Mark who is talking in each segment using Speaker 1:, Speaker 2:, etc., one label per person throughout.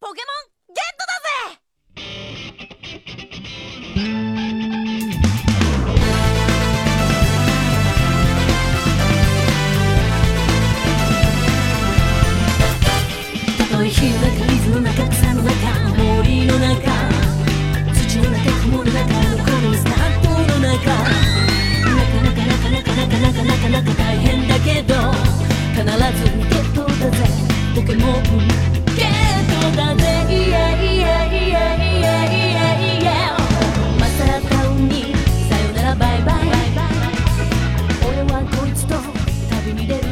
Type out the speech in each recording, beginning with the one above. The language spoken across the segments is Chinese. Speaker 1: ポケモンゲットだぜ
Speaker 2: たとえ火の中水の中草の中森の中土の中雲の中このスタートの中なかなかなかなかなかなかなかなか大変だけど必ずゲットだぜポケモンゲットだぜイエイエイエイエイエイエイまさタウンにさよならバイバイ俺はこいつと旅に出る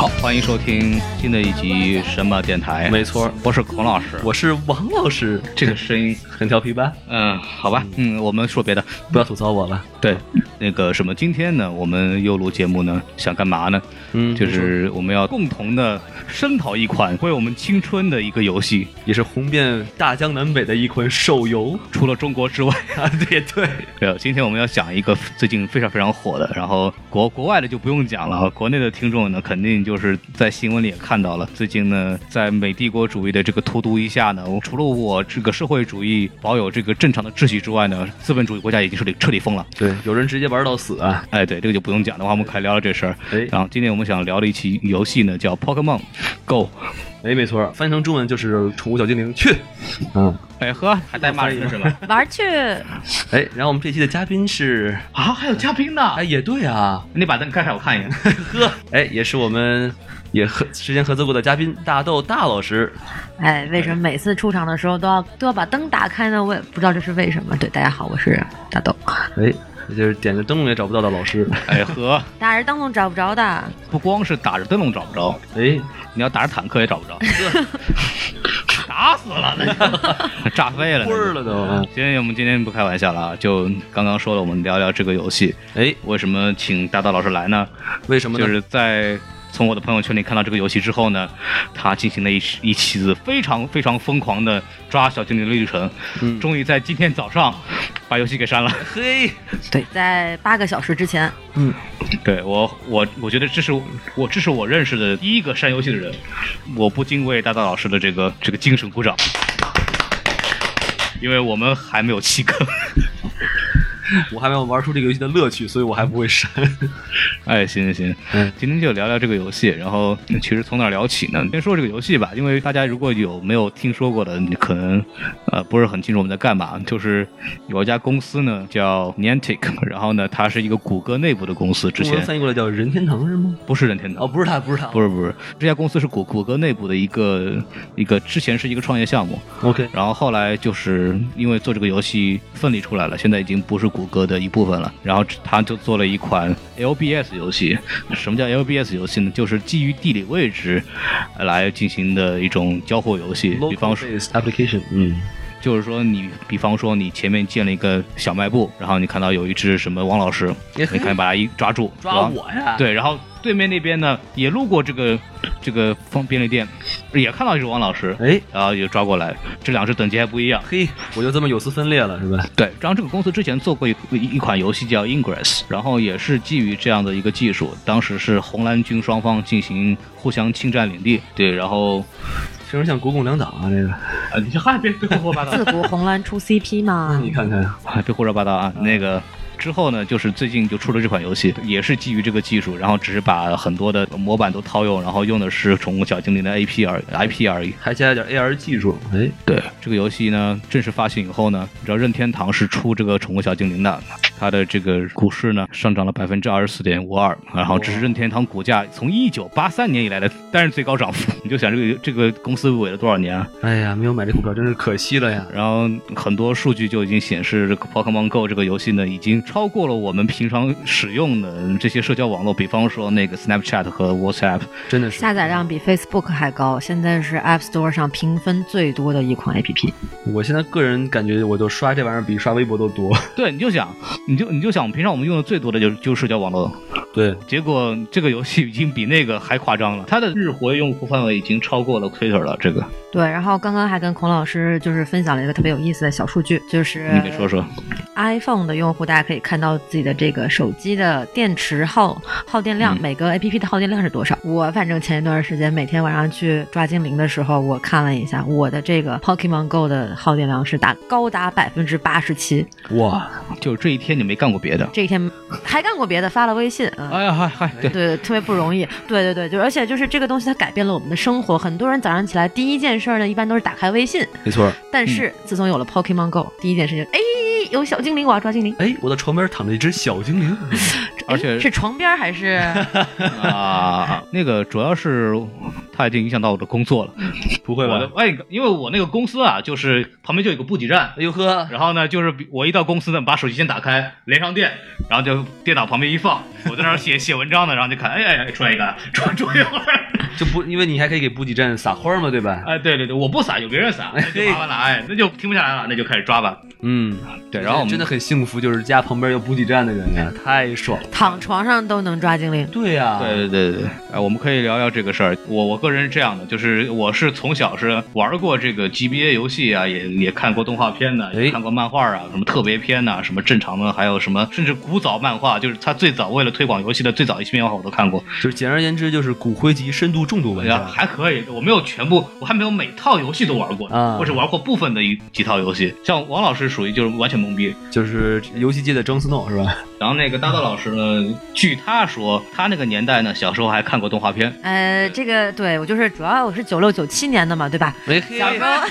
Speaker 3: 好，欢迎收听新的一集神马电台。
Speaker 4: 没错，
Speaker 3: 我是孔老师。
Speaker 4: 我是王老师，
Speaker 3: 这个声音，
Speaker 4: 很调皮吧？
Speaker 3: 嗯，好吧，嗯，我们说别的。
Speaker 4: 不要吐槽我了。
Speaker 3: 对，那个什么，今天呢，我们又录节目呢，想干嘛呢？
Speaker 4: 嗯
Speaker 3: 就
Speaker 4: 没
Speaker 3: 是我们要共同的声讨一款为我们青春的一个游戏。
Speaker 4: 错也是红遍大江南北的一款手游
Speaker 3: 除了中国之 外，
Speaker 4: 啊！对对，
Speaker 3: 没有。今天我们要讲一个最近非常非常火的，然后国国外的就不用讲了，国内的听众呢，肯定就是在新闻里也看到了。最近呢，在美帝国主义的这个荼毒一下呢，除了我这个社会主义保有这个正常的秩序之外呢，资本主义国家已经彻底彻底疯了。
Speaker 4: 对，有人直接玩到死啊！
Speaker 3: 哎，对，这个就不用讲的话，我们可以聊聊这事儿。
Speaker 4: 哎
Speaker 3: 然后今天我们想聊的一期游戏呢，叫 Pokemon Go。
Speaker 4: 哎，没错，翻译成中文就是宠物小精灵去。嗯，
Speaker 3: 哎呵，还带骂人是吧？
Speaker 1: 玩去
Speaker 4: 哎，然后我们这期的嘉宾是，
Speaker 3: 啊，还有嘉宾呢
Speaker 4: 哎，也对啊，
Speaker 3: 你把灯开开，我看一眼。
Speaker 4: 呵，哎，也是我们也合之前合作过的嘉宾大豆大老师。
Speaker 5: 哎，为什么每次出场的时候都要都要把灯打开呢？我也不知道这是为什么。对，大家好，我是大豆。
Speaker 4: 哎，这就是点着灯笼也找不到的老师。
Speaker 3: 哎呵，
Speaker 5: 打着灯笼找不着的，
Speaker 3: 不光是打着灯笼找不着，
Speaker 4: 哎，
Speaker 3: 你要打着坦克也找不 着，打死了那就 炸飞了，
Speaker 4: 灰儿了都啊
Speaker 3: 今天我们今天不开玩笑了啊，就刚刚说了，我们聊聊这个游戏。
Speaker 4: 哎，
Speaker 3: 为什么请大道老师来呢？
Speaker 4: 为什么呢？
Speaker 3: 就是在从我的朋友圈里看到这个游戏之后呢，他进行了一一起子非常非常疯狂的抓小精灵的旅程，
Speaker 4: 嗯
Speaker 3: 终于在今天早上把游戏给删了。
Speaker 4: 嘿，
Speaker 5: 对，在八个小时之前，
Speaker 4: 嗯，
Speaker 3: 对我，我我觉得这是我这是我认识的第一个删游戏的人，我不禁为大大老师的这个这个精神鼓掌，因为我们还没有弃坑。
Speaker 4: 我还没有玩出这个游戏的乐趣，所以我还不会删。
Speaker 3: 哎，行行行，
Speaker 4: 嗯
Speaker 3: 今天就聊聊这个游戏，然后嗯其实从哪儿聊起呢？先说这个游戏吧，因为大家如果有没有听说过的，你可能呃不是很清楚我们在干嘛。就是有一家公司呢叫 Niantic，然 后呢它是一个谷歌内部的公司，之
Speaker 4: 中文
Speaker 3: 前
Speaker 4: 翻译过来叫任天堂是吗？
Speaker 3: 不是任天堂
Speaker 4: 哦，。不是他，不是他，
Speaker 3: 不是不是，这家公司是谷谷歌内部的一个一个，之前是一个创业项目，
Speaker 4: OK，
Speaker 3: 然后后来就是因为做这个游戏分离出来了，现在已经不是谷歌的一部分了。然后他就做了一款 LBS 游戏。什么叫 LBS 游戏呢？就是基于地理位置呃来进行的一种交互游戏。比方说，
Speaker 4: application，嗯，
Speaker 3: 就是说你，比方说你前面建了一个小卖部，然后你看到有一只什么王老师，你可以把它一抓住，
Speaker 4: 抓
Speaker 3: 王
Speaker 4: 我呀，，
Speaker 3: 对，然后对面那边呢也路过这个这个方便利店，也看到一只王老师，
Speaker 4: 哎，
Speaker 3: 然后也抓过来，这两只等级还不一样。
Speaker 4: 嘿，我就这么有丝分裂了，是吧？
Speaker 3: 对，然后这个公司之前做过一一一款游戏叫 Ingress，然后也是基于这样的一个技术，当时是红蓝军双方进行互相侵占领地，对，然后
Speaker 4: 非常像国共两党啊，这个，
Speaker 3: 啊，你嗨，别别胡说八道
Speaker 5: 自古红蓝出 CP 嘛。
Speaker 4: 你看看，
Speaker 3: 啊，别胡说八道啊！那个之后呢，就是最近就出了这款游戏，也是基于这个技术，然后只是把很多的模板都套用，然后用的是宠物小精灵的 AP 而 IP 而已。
Speaker 4: 还加了点 AR 技术，哎，
Speaker 3: 对这个游戏呢，正式发行以后呢，你知道任天堂是出这个宠物小精灵的，它的这个股市呢上涨了百分之二十四点五二，然后这是任天堂股价从一九八三年以来的单日最高涨幅。你就想这个这个公司萎了多少年啊？
Speaker 4: 哎呀，没有买这股票真是可惜了呀。
Speaker 3: 然后很多数据就已经显示，这个 Pokemon Go 这个游戏呢，已经超过了我们平常使用的这些社交网络，比方说那个 Snapchat 和 WhatsApp。
Speaker 4: 真的 是
Speaker 5: 下载量比 Facebook 还高，现在是 App Store 上评分最多的一款 APP。
Speaker 4: 我现在个人感觉，我都刷这玩意儿比刷微博都多。
Speaker 3: 对，你就想，你就你就想，平常我们用的最多的就是就是社交网络，
Speaker 4: 对，
Speaker 3: 结果这个游戏已经比那个还夸张了，它的日活用户范围已经超过了 Twitter 了。这个
Speaker 5: 对，然后刚刚还跟孔老师就是分享了一个特别有意思的小数据，就是
Speaker 3: 你给说说，
Speaker 5: iPhone 的用户，大家可以看到自己的这个手机的电池耗耗电量，
Speaker 3: 嗯
Speaker 5: 每个 APP 的耗电量是多少。我反正前一段时间每天晚上去抓精灵的时候，我看了一下，我的这个 Pokemon Go 的耗电量是达高达百分之八十七。
Speaker 4: 哇，
Speaker 3: 就是这一天你没干过别的。
Speaker 5: 这一天还干过别的，发了微信啊。嗯
Speaker 3: 哎呀，嗨嗨，对，
Speaker 5: 对，特别不容易。对对对，就而且就是这个东西，它改变了我们的生活。很多人早上起来第一件事儿呢，一般都是打开微信。
Speaker 4: 没错。
Speaker 5: 但
Speaker 3: 嗯
Speaker 5: 是自从有了 Pokemon Go，第一件事情，哎，有小精灵，我要抓精灵。
Speaker 4: 哎，我的床边躺着一只小精灵。
Speaker 3: 而且
Speaker 5: 哎是床边儿还是？
Speaker 3: 啊，那个主要是它已经影响到我的工作了。
Speaker 4: 不会
Speaker 3: 我的
Speaker 4: 吧？
Speaker 3: 哎，因为我那个公司啊，就是旁边就有个补给站。
Speaker 4: 哎呦呵，
Speaker 3: 然后呢，就是比我一到公司呢，把手机先打开，连上电，然后就电脑旁边一放，我在那儿写写文章呢，然后就看，哎哎哎，出来一个，出出一会儿，
Speaker 4: 就不因为你还可以给补给站撒花嘛，对吧？
Speaker 3: 哎，对对对，我不撒，有别人撒，那就麻烦了，哎，那就停不下来了，那就开始抓吧。
Speaker 4: 嗯，
Speaker 3: 对，然后我们嗯
Speaker 4: 真的很幸福，就是家旁边有补给站的人呀，太爽了。
Speaker 5: 躺床上都能抓精灵。
Speaker 4: 对啊呀、
Speaker 3: 对对对对，哎，我们可以聊聊这个事儿。我我个人是这样的，就是我是从小是玩过这个 GBA 游戏啊，也也看过动画片呢、
Speaker 4: 哎
Speaker 3: 也看过漫画啊，什么特别篇呐、什么正常的，还有什么甚至古早漫画，就是他最早为了推广游戏的最早一些漫画我都看过，
Speaker 4: 就是简而言之，就是骨灰级深度重度玩
Speaker 3: 对啊，
Speaker 4: 家。
Speaker 3: 还可以。我没有全部，我还没有每套游戏都玩过，
Speaker 4: 啊
Speaker 3: 我只玩过部分的一几套游戏。像王老师属于就是完全懵逼，
Speaker 4: 就是游戏界的 Jon Snow 是吧？
Speaker 3: 然后那个大道老师呢，据他说，他那个年代呢，小时候还看过动画片。
Speaker 5: 呃，这个对我就是主要我是九六九七年的嘛，对吧？
Speaker 4: 没
Speaker 5: 小时候，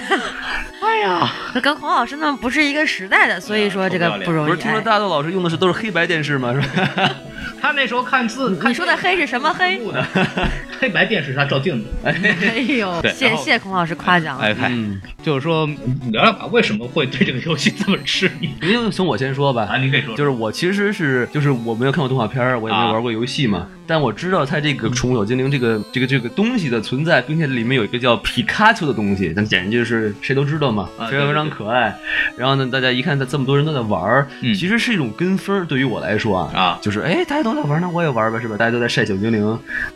Speaker 5: 哎呀，跟孔老师呢不是一个时代的，所
Speaker 3: 哎
Speaker 5: 以说这个不容
Speaker 4: 不
Speaker 5: 易。
Speaker 4: 是听说
Speaker 5: 哎
Speaker 4: 大豆老师用的是都是黑白电视吗？是吧？
Speaker 3: 他那时候看字，看
Speaker 5: 哎你说的黑是什么黑？
Speaker 3: 幕的，黑白电视他照镜子。
Speaker 5: 哎 呦
Speaker 3: 对，
Speaker 5: 谢
Speaker 3: 然后
Speaker 5: 谢孔老师夸奖了。
Speaker 3: 哎嗨，
Speaker 4: 嗯，
Speaker 3: 就是说，你聊聊吧，为什么会对这个游戏这么痴迷
Speaker 4: 您就从我先说吧。
Speaker 3: 啊？你可以说，
Speaker 4: 就是我其实是就是我没有看过动画片儿，我也没有
Speaker 3: 啊
Speaker 4: 玩过游戏嘛，但我知道它这个宠物小精灵这个这个这个东西的存在，并且里面有一个叫皮卡丘的东西，那简直就是谁都知道嘛，
Speaker 3: 啊
Speaker 4: 非
Speaker 3: 对
Speaker 4: 常
Speaker 3: 对
Speaker 4: 非常可爱。然后呢，大家一看它这么多人都在玩儿，
Speaker 3: 嗯
Speaker 4: 其实是一种跟风儿，对于我来说啊。
Speaker 3: 啊，
Speaker 4: 就是哎，大家都在玩儿，那我也玩儿吧，是吧？大家都在晒小精灵，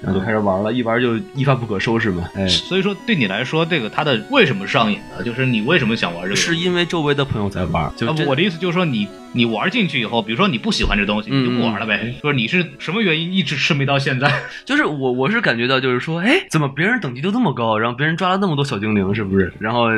Speaker 4: 然后就开始玩儿了，一玩儿就一发不可收拾嘛。哎，
Speaker 3: 所以说对你来说，这个它的为什么上瘾呢？就是你为什么想玩这个？
Speaker 4: 是。因为周围的朋友在玩儿，就
Speaker 3: 啊
Speaker 4: 真、，
Speaker 3: 我的意思就是说你，你玩进去以后，比如说你不喜欢这东西，
Speaker 4: 嗯
Speaker 3: 你就不玩了呗。就是你是什么原因一直痴迷到现在？
Speaker 4: 就是我我是感觉到就是说，哎，怎么别人等级都这么高，然后别人抓了那么多小精灵，是不是？然后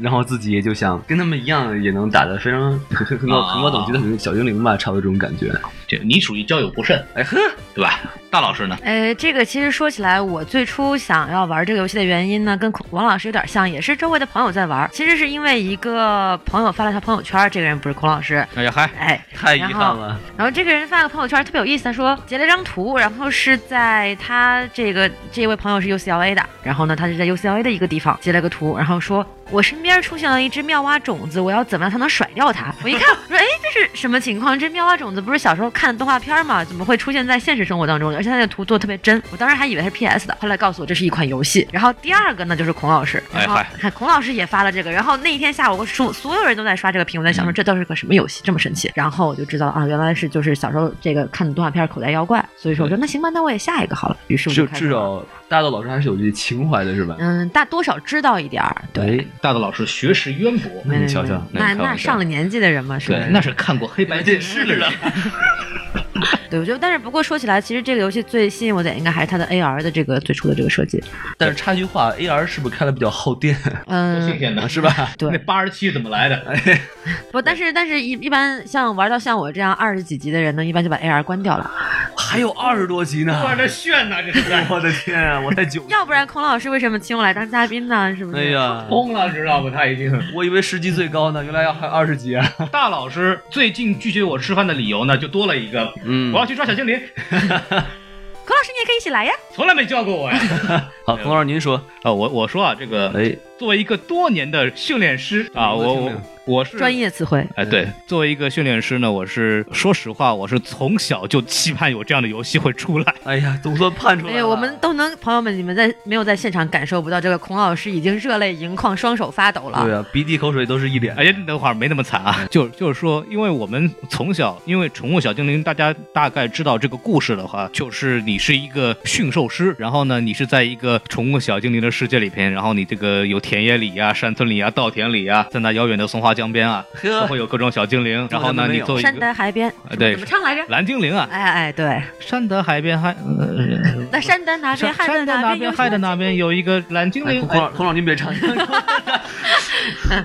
Speaker 4: 然后自己也就想跟他们一样，也能打得非常很很高
Speaker 3: 啊
Speaker 4: 很高等级
Speaker 5: 哦
Speaker 4: 的小精灵吧，差不多这种感觉。
Speaker 3: 这你属于交友不慎，
Speaker 4: 哎呵，
Speaker 3: 对吧？大老师呢？
Speaker 5: 呃，这个其实说起来，我最初想要玩这个游戏的原因呢，跟孔王老师有点像，也是周围的朋友在玩。其实是因为一个朋友发了条朋友圈，这个人不是孔老师，
Speaker 3: 哎呀嗨，
Speaker 5: 哎，
Speaker 4: 太遗
Speaker 5: 然
Speaker 4: 憾
Speaker 5: 后
Speaker 4: 了。
Speaker 5: 然后这个人发了个朋友圈，特别有意思，他说截了张图，然后是在他这个这位朋友是 UCLA 的，然后呢，他是在 UCLA 的一个地方截了个图，然后说我身边出现了一只妙蛙种子，我要怎么样才能甩掉它？我一看，我说哎，这是什么情况？这妙蛙种子不是小时候看的动画片吗？怎么会出现在现实生活当中？而且它的图做的特别真，我当时还以为它是 PS 的，后来告诉我这是一款游戏。然后第二个呢，就是孔老师，
Speaker 3: 哎
Speaker 5: 然后
Speaker 3: 嗨
Speaker 5: 看孔老师也发了这个，然后那一天下午，我所所有人都在刷这个屏，我在想说这到底是个什么游戏，这么神奇。然后我就知道啊，原来是就是小时候这个看的动画片《口袋妖怪》，所以说我说那行吧，那我也下一个好了。于是我
Speaker 4: 就
Speaker 5: 就开始
Speaker 4: 至少大豆老师还是有这情怀的，是吧？
Speaker 5: 嗯，大多少知道一点儿，对。
Speaker 4: 哎，
Speaker 3: 大的老师学识渊博，
Speaker 4: 那
Speaker 5: 没
Speaker 4: 你
Speaker 5: 没
Speaker 4: 瞧
Speaker 5: 没
Speaker 4: 瞧
Speaker 5: 那
Speaker 4: 嗯那你看
Speaker 5: 那
Speaker 4: 我这
Speaker 5: 上了年纪的人嘛，是不
Speaker 4: 对
Speaker 6: 嗯
Speaker 5: 是？
Speaker 3: 那是看过黑白电视的。
Speaker 5: 对，我觉得，但是不过说起来，其实这个游戏最吸引我的应该还是它的 AR 的这个最初的这个设计，
Speaker 4: 但是插一句话，AR 是不是开的比较耗电
Speaker 3: 新
Speaker 5: 嗯，
Speaker 3: 鲜的
Speaker 4: 是？吧？
Speaker 5: 对
Speaker 3: 那，八十七怎么来
Speaker 6: 哎
Speaker 3: 的？
Speaker 5: 不，但是但是一一般像玩到像我这样二十几级的人呢，一般就把 AR 关掉了。
Speaker 4: 还有二十多集呢！
Speaker 6: 哇，这炫呐，这是在
Speaker 4: 我的天啊，我太久。
Speaker 5: 要不然孔老师为什么请我来当嘉宾呢？是不是？
Speaker 4: 哎呀，
Speaker 6: 通了，知道不？他已经
Speaker 4: 我以为十级最高呢，原来要还有二十级啊！
Speaker 6: 大老师最近拒绝我吃饭的理由呢，就多了一个，
Speaker 4: 嗯
Speaker 6: 我要去抓小精灵，
Speaker 5: 孔老师你也可以一起来呀。
Speaker 6: 从来没叫过 我呀。嗯
Speaker 4: 好，冯老师您说，
Speaker 3: 啊，我我说啊，这个
Speaker 4: 哎，
Speaker 3: 作为一个多年的训练师啊，
Speaker 4: 我
Speaker 3: 我
Speaker 4: 听
Speaker 3: 我
Speaker 4: 听
Speaker 3: 我是
Speaker 5: 专业词汇，
Speaker 3: 哎，对，作为一个训练师呢，我是说实话，我是从小就期盼有这样的游戏会出来。
Speaker 4: 哎呀，总算盼出来
Speaker 5: 哎
Speaker 4: 了。
Speaker 5: 呀，我们都能，朋友们，你们在没有在现场感受不到这个孔老师已经热泪盈眶，双手发抖
Speaker 4: 对
Speaker 5: 了。
Speaker 4: 啊，鼻涕口水都是一脸。
Speaker 3: 哎呀，等会儿没那么惨啊，就就是说，因为我们从小，因为《宠物小精灵》，大家大概知道这个故事的话，就是你是一个驯兽师，然后呢，你是在一个宠物小精灵的世界里边，然后你这个有田野里啊、山村里啊、稻田里啊，在那遥远的松花江边啊，都
Speaker 4: 呵，
Speaker 3: 会有各种小精灵。然后呢，你作为一
Speaker 5: 山
Speaker 3: 个
Speaker 5: 丹海边，
Speaker 3: 哎对
Speaker 5: 怎么唱来着？
Speaker 3: 蓝精灵啊，
Speaker 5: 哎哎，对，
Speaker 3: 山德海边还呃
Speaker 4: 嗯
Speaker 5: 那山丹哪边，
Speaker 3: 山
Speaker 5: 海的
Speaker 3: 山的那
Speaker 5: 边，
Speaker 3: 边，海的那边有一个蓝精
Speaker 4: 哎
Speaker 3: 灵
Speaker 4: 孔。孔老孔老您别唱，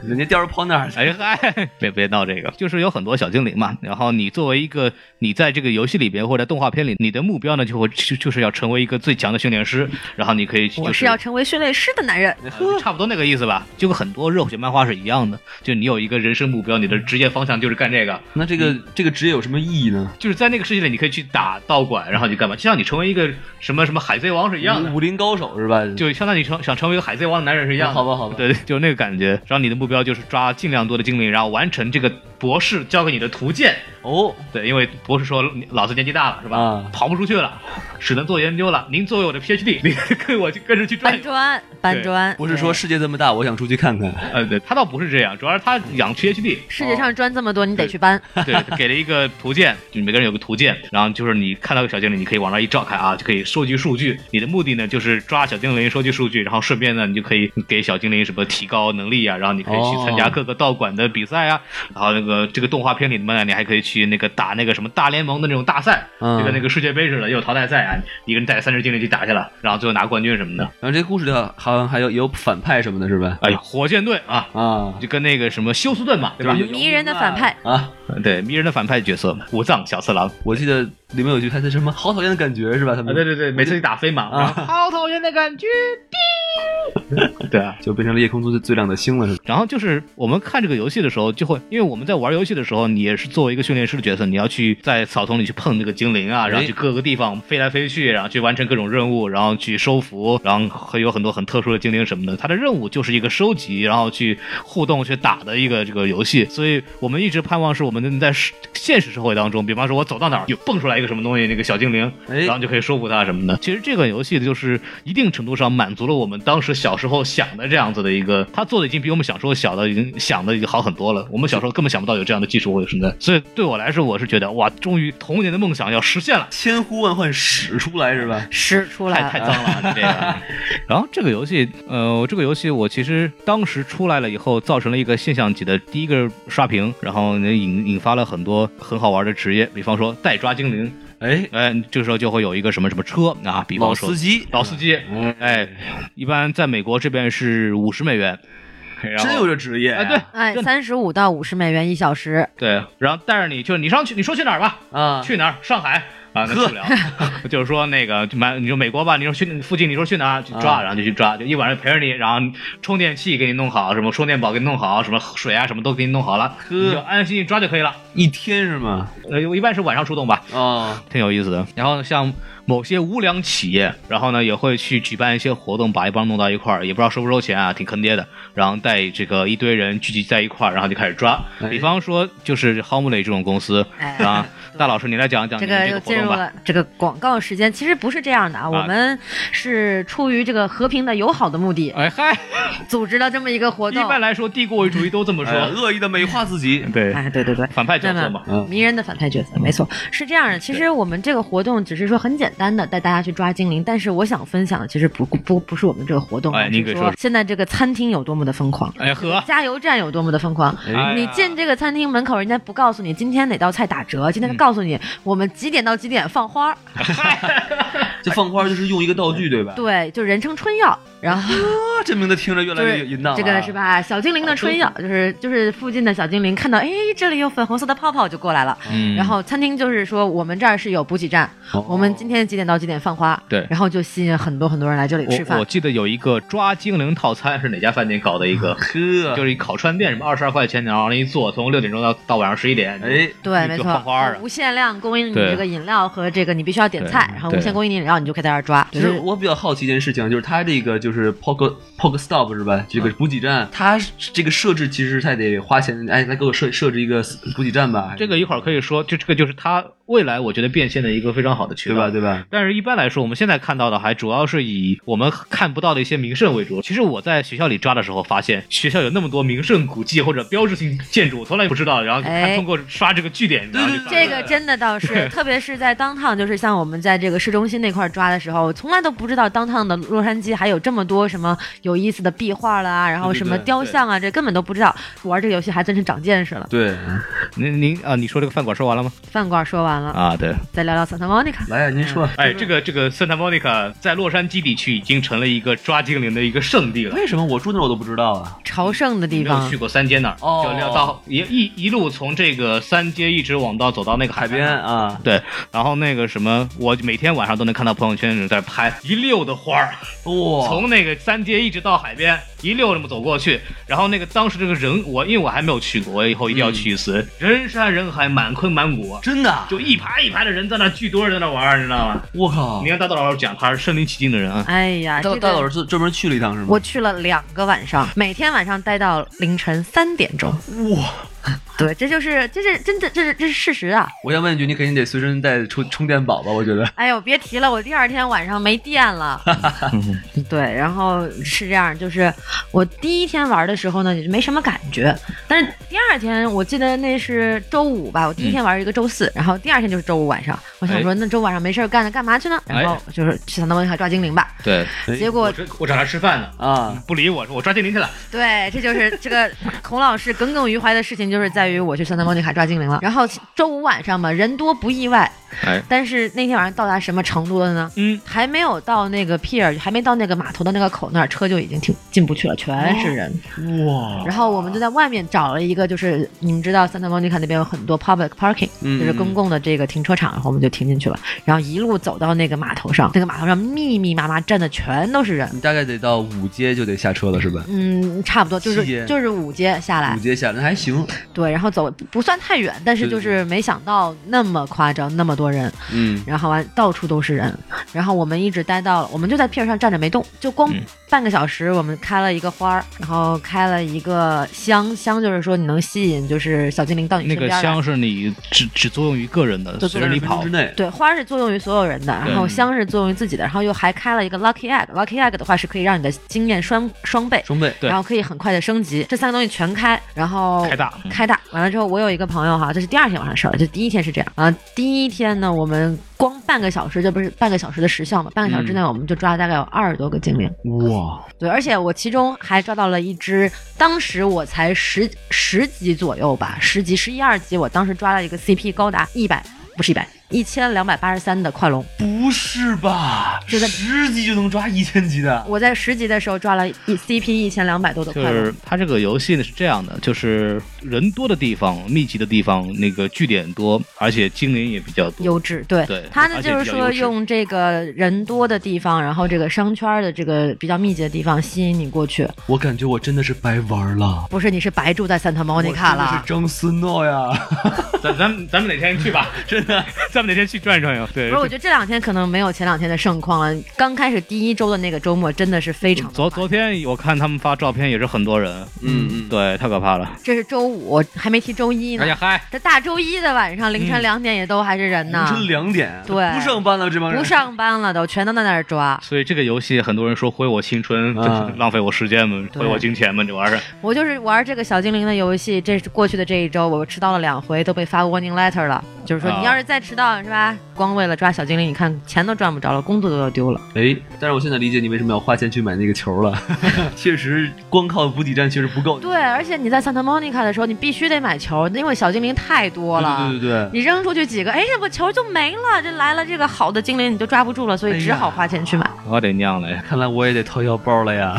Speaker 4: 人家调儿跑哪儿去？
Speaker 3: 哎嗨，别别闹这个，就是有很多小精灵嘛。然后你作为一个你在这个游戏里边或者动画片里，你的目标呢就会就就是要成为一个最强的训练师，然后你可以就是
Speaker 5: 我是要成为训练师的男
Speaker 4: 哎
Speaker 5: 人。
Speaker 3: 呃差不多那个意思吧。就跟很多热血漫画是一样的，就你有一个人生目标，你的职业方向就是干这个，
Speaker 4: 那这个这个职业有什么意义呢？
Speaker 3: 就是在那个世界里你可以去打道馆，然后你干嘛，就像你成为一个什么什么海贼王是一
Speaker 5: 嗯
Speaker 3: 样的。
Speaker 4: 武林高手是吧？
Speaker 3: 就相当于你成想成为一个海贼王的男人是一样的，
Speaker 4: 好吧好吧
Speaker 3: 对， 就是那个感觉。然后你的目标就是抓尽量多的精灵，然后完成这个博士交给你的图鉴，
Speaker 4: 哦，
Speaker 3: 对，因为博士说老子年纪大了，是吧？
Speaker 4: 啊
Speaker 3: 跑不出去了，只能做研究了。您作为我的 PhD，您 跟我去跟着去转
Speaker 5: 搬。砖，搬砖，
Speaker 4: 不是说
Speaker 5: 对
Speaker 4: 世界这么大，我想出去看看。
Speaker 3: 呃，对他倒不是这样，主要是他养 PhD，
Speaker 5: 世界
Speaker 4: 哦
Speaker 5: 上砖这么多，你得去搬。
Speaker 3: 对，给了一个图鉴，就每个人有个图鉴，然后就是你看到个小精灵，你可以往那一照看啊，就可以收集数据。你的目的呢，就是抓小精灵，收集数据，然后顺便呢，你就可以给小精灵什么提高能力啊，然后你可以去参加各个道馆的比赛啊，然后那个这个动画片里面呢，你还可以去那个打那个什么大联盟的那种大赛，
Speaker 4: 嗯
Speaker 3: 就跟那个世界杯似的，也有淘汰赛啊，一个人带三只精灵去打去了，然后最后拿冠军什么的。
Speaker 4: 然后这故事里好像还有有反派什么的，是吧？
Speaker 3: 哎呀，火箭队啊，
Speaker 4: 啊，
Speaker 3: 就跟那个什么休斯顿嘛，对吧？
Speaker 4: 就是
Speaker 5: 迷人的反派
Speaker 4: 啊！
Speaker 3: 对，迷人的反派角色嘛，武藏小次郎。
Speaker 4: 我记得里面有句台词，什么“好讨厌的感觉”是吧？他
Speaker 3: 啊，
Speaker 4: 们
Speaker 3: 对对对，每次你打飞嘛，
Speaker 4: 啊
Speaker 3: 然后好讨厌的感觉，叮。 对啊，
Speaker 4: 就变成了夜空中最最亮的星了， 是吧？
Speaker 3: 然后就是我们看这个游戏的时候，就会因为我们在玩游戏的时候，你也是作为一个训练师的角色，你要去在草丛里去碰那个精灵啊，然后去各个地方飞来飞去，然后去完成各种任务，然后去收服，然后会有很多很特殊的精灵什么的。它的任务就是一个收集，然后去互动去打的一个这个游戏。所以我们一直盼望是我们能在实现实社会当中，比方说我走到哪儿有蹦出来一个什么东西，那个小精灵，
Speaker 4: 哎
Speaker 3: 然后就可以收服它什么的。其实这个游戏就是一定程度上满足了我们当时小时候想的这样子的一个，它做的已经比我们小时候小的已经想的已经好很多了。我们小时候根本想不到有这样的技术会存在，所以对我来说，我是觉得哇，终于童年的梦想要实现了。
Speaker 4: 千呼万唤始出来，是吧？
Speaker 5: 屎出
Speaker 3: 太
Speaker 5: 来
Speaker 3: 太
Speaker 5: 了，
Speaker 3: 脏了，你这个。然后这个游戏，呃，这个游戏我其实当时出来了以后，造成了一个现象级的第一个刷屏，然后呢引引发了很多很好玩的职业，比方说代抓精灵，
Speaker 4: 哎，
Speaker 3: 哎，这个时候就会有一个什么什么车啊，比
Speaker 4: 老
Speaker 3: 方说
Speaker 4: 司机，
Speaker 3: 老司机，
Speaker 4: 嗯
Speaker 3: 哎，一般在美国这边是五十美元，然后
Speaker 4: 真有这职业
Speaker 3: 哎，对
Speaker 5: 哎，三十五到五十美元一小时，
Speaker 3: 对，然后带着你，就是你上去，你说去哪儿吧，
Speaker 4: 啊，
Speaker 3: 去哪儿？上海啊，那去不了。就是说那个啊就买，你说美国吧，你说去附近，你说去哪儿去抓，
Speaker 4: 啊
Speaker 3: 然后就去抓，就一晚上陪着你，然后充电器给你弄好，什么充电宝给你弄好，什么水啊什么都给你弄好了，你就安安心心抓就可以了。
Speaker 4: 一天是吗？
Speaker 3: 呃，我一般是晚上出动吧，
Speaker 4: 啊，
Speaker 3: 挺有意思的。然后像某些无良企业，然后呢也会去举办一些活动，把一帮弄到一块儿，也不知道收不收钱啊，挺坑爹的。然后带这个一堆人聚集在一块儿，然后就开始抓。
Speaker 4: 哎
Speaker 3: 比方说就是 Homely 这种公司
Speaker 5: 哎
Speaker 3: 啊，大老师你来讲讲你
Speaker 5: 这
Speaker 3: 们
Speaker 5: 个
Speaker 3: 这
Speaker 5: 又
Speaker 3: 个活动
Speaker 5: 进入
Speaker 3: 吧。
Speaker 5: 了这个广告时间。其实不是这样的啊，我们是出于这个和平的、友好的目的，
Speaker 3: 哎 嗨，
Speaker 5: 组织了这么一个活
Speaker 3: 一
Speaker 5: 动。
Speaker 3: 般来说帝国主义都这么
Speaker 4: 哎呀
Speaker 3: 说，
Speaker 4: 恶意的美化 自己，
Speaker 3: 对，
Speaker 5: 哎，对对对，
Speaker 3: 反派角
Speaker 5: 那
Speaker 3: 色嘛。
Speaker 5: 么迷人的反派角色，没错，是这样的。其实我们这个活动只是说很简单的带大家去抓精灵，但是我想分享的其实不不不是我们这个活动，
Speaker 3: 哎
Speaker 5: 而
Speaker 3: 您
Speaker 5: 是
Speaker 3: 给说
Speaker 5: 说现在这个餐厅有多么的疯狂，
Speaker 3: 哎呵，
Speaker 5: 加油站有多么的疯狂。
Speaker 3: 哎呀
Speaker 7: 嗯
Speaker 5: 你进这个餐厅门口，人家不告诉你今天哪道菜打折，今天告诉你我们几点到几点放花儿，
Speaker 4: 这放花就是用一个道具，对吧？
Speaker 5: 对，就人称春药，然后
Speaker 4: 啊，这名字听着越来
Speaker 5: 就是
Speaker 4: 越淫荡了啊，
Speaker 5: 这个是吧？小精灵的春药，就是就是附近的小精灵看到，哎，这里有粉红色的泡泡就过来了。
Speaker 7: 嗯，
Speaker 5: 然后餐厅就是说，我们这儿是有补给站，
Speaker 4: 哦？
Speaker 5: 我们今天几点到几点放花？
Speaker 7: 对
Speaker 5: 然后就吸引很多很多人来这里吃
Speaker 7: 我
Speaker 5: 饭
Speaker 7: 我。记得有一个抓精灵套餐是哪家饭店搞的一个，
Speaker 4: 呵，
Speaker 7: 就是一烤串店，什么二十二块钱，然后往那一坐，从六点钟到到晚上十一点。
Speaker 4: 哎，
Speaker 5: 对，
Speaker 7: 就
Speaker 5: 没
Speaker 7: 就
Speaker 5: 错
Speaker 7: 放花儿啊，
Speaker 5: 无限量供应你
Speaker 7: 对
Speaker 5: 这个饮料和这个你必须要点菜
Speaker 7: 对，
Speaker 5: 然后
Speaker 7: 对
Speaker 5: 无限供应你饮料，你就可以在这儿抓。
Speaker 4: 其
Speaker 5: 就
Speaker 4: 实
Speaker 5: 是
Speaker 4: 我比较好奇一件事情，就是它这个就是 Pog Pog Stop 是吧？这
Speaker 3: 嗯
Speaker 4: 个补给站，它这个设置其实它得花钱，哎，来给我设设置一个补给站吧，
Speaker 7: 这个一会儿可以说，就这个就是它未来我觉得变现的一个非常好的渠
Speaker 4: 对
Speaker 7: 道，
Speaker 4: 吧？对吧？
Speaker 7: 但是，一般来说，我们现在看到的还主要是以我们看不到的一些名胜为主。其实我在学校里抓的时候，发现学校有那么多名胜古迹或者标志性建筑，我从来不知道。然后还
Speaker 5: 哎
Speaker 7: 通过刷这个据点，然后就发
Speaker 5: 这
Speaker 7: 现
Speaker 5: 个真的倒是，特别是在当趟，就是像我们在这个市中心那块儿抓的时候，从来都不知道当趟的洛杉矶还有这么多什么有意思的壁画啦，然后
Speaker 4: 对对
Speaker 5: 什么
Speaker 4: 对
Speaker 5: 雕像啊，这根本都不知道。玩这个游戏还真是长见识了。
Speaker 4: 对，
Speaker 7: 您您啊，你说这个饭馆说完了吗？
Speaker 5: 饭馆说完了，
Speaker 7: 啊，对。
Speaker 5: 再聊聊 Santa Monica。
Speaker 4: 来呀，啊您说，
Speaker 3: 嗯
Speaker 7: 哎，这个这个 Santa Monica 在洛杉矶地区已经成了一个抓精灵的一个圣地了。
Speaker 4: 为什么我住那儿我都不知道啊？
Speaker 5: 朝圣的地
Speaker 7: 没有
Speaker 5: 方
Speaker 7: 去，过三街那儿，
Speaker 4: 哦
Speaker 7: 就要到一一一路从这个三街一直往到走到那个
Speaker 4: 海
Speaker 7: 海
Speaker 4: 边
Speaker 7: 边
Speaker 4: 啊，
Speaker 7: 对，然后那个什么，我每天晚上都能看到朋友圈有人在拍一溜的花儿，
Speaker 4: 哇，
Speaker 7: 从那个三街一直到海边，一溜这么走过去。然后那个当时这个人，我因为我还没有去过，我以后一定要去一次。人山人海，满坑满谷，
Speaker 4: 真的啊，
Speaker 7: 就一排一排的人在那聚堆儿在那玩儿，你知道吗？
Speaker 4: 我靠
Speaker 7: 你，看大道老师讲，他是身临其境的人啊。
Speaker 5: 哎呀，
Speaker 4: 大
Speaker 5: 这
Speaker 4: 大老
Speaker 5: 个
Speaker 4: 师专门去了一趟是吗？
Speaker 5: 我去了两个晚上，每天晚上待到凌晨三点钟。
Speaker 4: 哇，
Speaker 5: 对，这就是这是真的，这是这是事实啊。
Speaker 4: 我想问一句，你肯定得随身带充充电宝吧？我觉得，
Speaker 5: 哎呦，别提了，我第二天晚上没电了。 对，然后是这样，就是我第一天玩的时候呢，也没什么感觉，但是第二天我记得那是周五吧，我第一天玩一个周四，然后第二天就是周五晚上，我想说、那周晚上没事儿干干嘛去呢？然后就是去他那温海抓精灵吧。
Speaker 7: 对，
Speaker 4: 哎
Speaker 5: 结果
Speaker 7: 我这我找他吃饭呢，嗯
Speaker 4: 啊，
Speaker 7: 不理我说我抓精灵去了。
Speaker 5: 对，这就是 这个孔老师耿耿于怀的事情，就是在于我去圣塔莫妮卡抓精灵了。然后周五晚上嘛，人多不意外，
Speaker 7: 哎，
Speaker 5: 但是那天晚上到达什么程度了呢？
Speaker 7: 嗯，
Speaker 5: 还没有到那个 pier，还没到那个码头的那个口那儿，车就已经停进不去了，全是人。
Speaker 4: 哇，
Speaker 5: 然后我们就在外面找了一个，就是你们知道 Santa Monica 那边有很多 public parking，、
Speaker 4: 嗯
Speaker 5: 就是公共的这个停车场，然后我们就停进去了，然后一路走到那个码头上，那个码头上密密麻麻站的全都是人。
Speaker 4: 你大概得到五街就得下车了是吧？
Speaker 5: 嗯，差不多就
Speaker 4: 西街
Speaker 5: 是就是五街下来
Speaker 4: 五，街下那还行，
Speaker 5: 对，然后走不不算太远，但是
Speaker 4: 对对
Speaker 5: 就是没想到那么夸张，那么多人，
Speaker 4: 嗯，
Speaker 5: 然后完到处都是人，然后我们一直待到了，我们就在片上站着没动，就光
Speaker 7: 嗯
Speaker 5: 半个小时，我们开了一个花儿，然后开了一个香香，就是说你能吸引就是小精灵到你
Speaker 7: 那
Speaker 5: 身
Speaker 7: 个
Speaker 5: 边来。
Speaker 7: 香是你只只作用于个人的，
Speaker 5: 就
Speaker 7: 随着你
Speaker 4: 30分钟
Speaker 7: 跑
Speaker 4: 之。内，
Speaker 5: 对，花是作用于所有人的，
Speaker 7: 对
Speaker 5: 然后香是作用于自己的，然后又还开了一个 lucky egg，lucky egg 的话是可以让你的经验双双倍，
Speaker 4: 双倍，
Speaker 7: 对
Speaker 5: 然后可以很快的升级，这三个东西全开，然后
Speaker 7: 开大
Speaker 5: 开大。完了之后，我有一个朋友哈，这是第二天晚上的事儿，就第一天是这样啊。第一天呢，我们光半个小时，这不是半个小时的时效嘛？半个小时之内，我们就抓了大概有二十多个精灵。
Speaker 4: 哇，
Speaker 5: 对，而且我其中还抓到了一只，当时我才十十级左右吧，十级十一二级，我当时抓了一个 CP 高达一百，不是一百。一千两百八十三的快龙，
Speaker 4: 不是吧？
Speaker 5: 就在
Speaker 4: 十级就能抓一千级的？
Speaker 5: 我在十级的时候抓了一 CP 一千两百多的
Speaker 7: 就
Speaker 5: 快龙
Speaker 7: 是，它这个游戏呢是这样的，就是人多的地方、密集的地方，那个据点多，而且精灵也比较多。
Speaker 5: 优质，对
Speaker 7: 对
Speaker 5: 它呢
Speaker 7: 而且
Speaker 5: 就是
Speaker 7: 比较
Speaker 5: 说
Speaker 7: 优质
Speaker 5: 用这个人多的地方，然后这个商圈的这个比较密集的地方吸引你过去，
Speaker 4: 我感觉我真的是白玩了，
Speaker 5: 不是你是白住在 Santa
Speaker 4: 我
Speaker 5: Monica
Speaker 4: 真的
Speaker 5: 了
Speaker 4: 是。张思诺呀！
Speaker 7: 咱咱们咱们哪天去 吧？真的，咱们哪天去转一转呀？
Speaker 5: 不
Speaker 7: 对
Speaker 5: 是，，我觉得这两天可能没有前两天的盛况了。刚开始第一周的那个周末真的是非常的
Speaker 7: 昨
Speaker 5: 忙，
Speaker 7: 昨天我看他们发照片，也是很多人，
Speaker 4: 嗯嗯，
Speaker 7: 对，太可怕了。
Speaker 5: 这是周五，还没提周一
Speaker 7: 哎
Speaker 5: 呢
Speaker 7: 呀。嗯嗨，
Speaker 5: 这大周一的晚上凌晨两点也都还是人呢
Speaker 4: 凌，晨两点，
Speaker 5: 对
Speaker 4: 不上班了这帮人，
Speaker 5: 不上班了都，全都在那儿抓。
Speaker 7: 所以这个游戏很多人说毁我青春，
Speaker 4: 啊
Speaker 7: 浪费我时间嘛，
Speaker 5: 对
Speaker 7: 毁我金钱嘛，这玩意 儿。
Speaker 5: 我就是玩这个小精灵的游戏，这是过去的这一周，我迟到了两回，都被发 warning letter 了。就是说，
Speaker 7: 啊
Speaker 5: 你要是再迟到，道是吧？光为了抓小精灵，你看钱都赚不着了，工作都要丢了。
Speaker 4: 哎，但是我现在理解你为什么要花钱去买那个球了，确实光靠补给站确实不够。
Speaker 5: 对，而且你在 Santa Monica 的时候，你必须得买球，因为小精灵太多了。
Speaker 4: 对对对对
Speaker 5: 你扔出去几个，哎，这不球就没了。这来了这个好的精灵，你就抓不住了，所
Speaker 4: 哎
Speaker 5: 以
Speaker 4: 呀
Speaker 5: 只好花钱去买。
Speaker 7: 我得酿了呀。
Speaker 4: 看来我也得掏腰包了呀。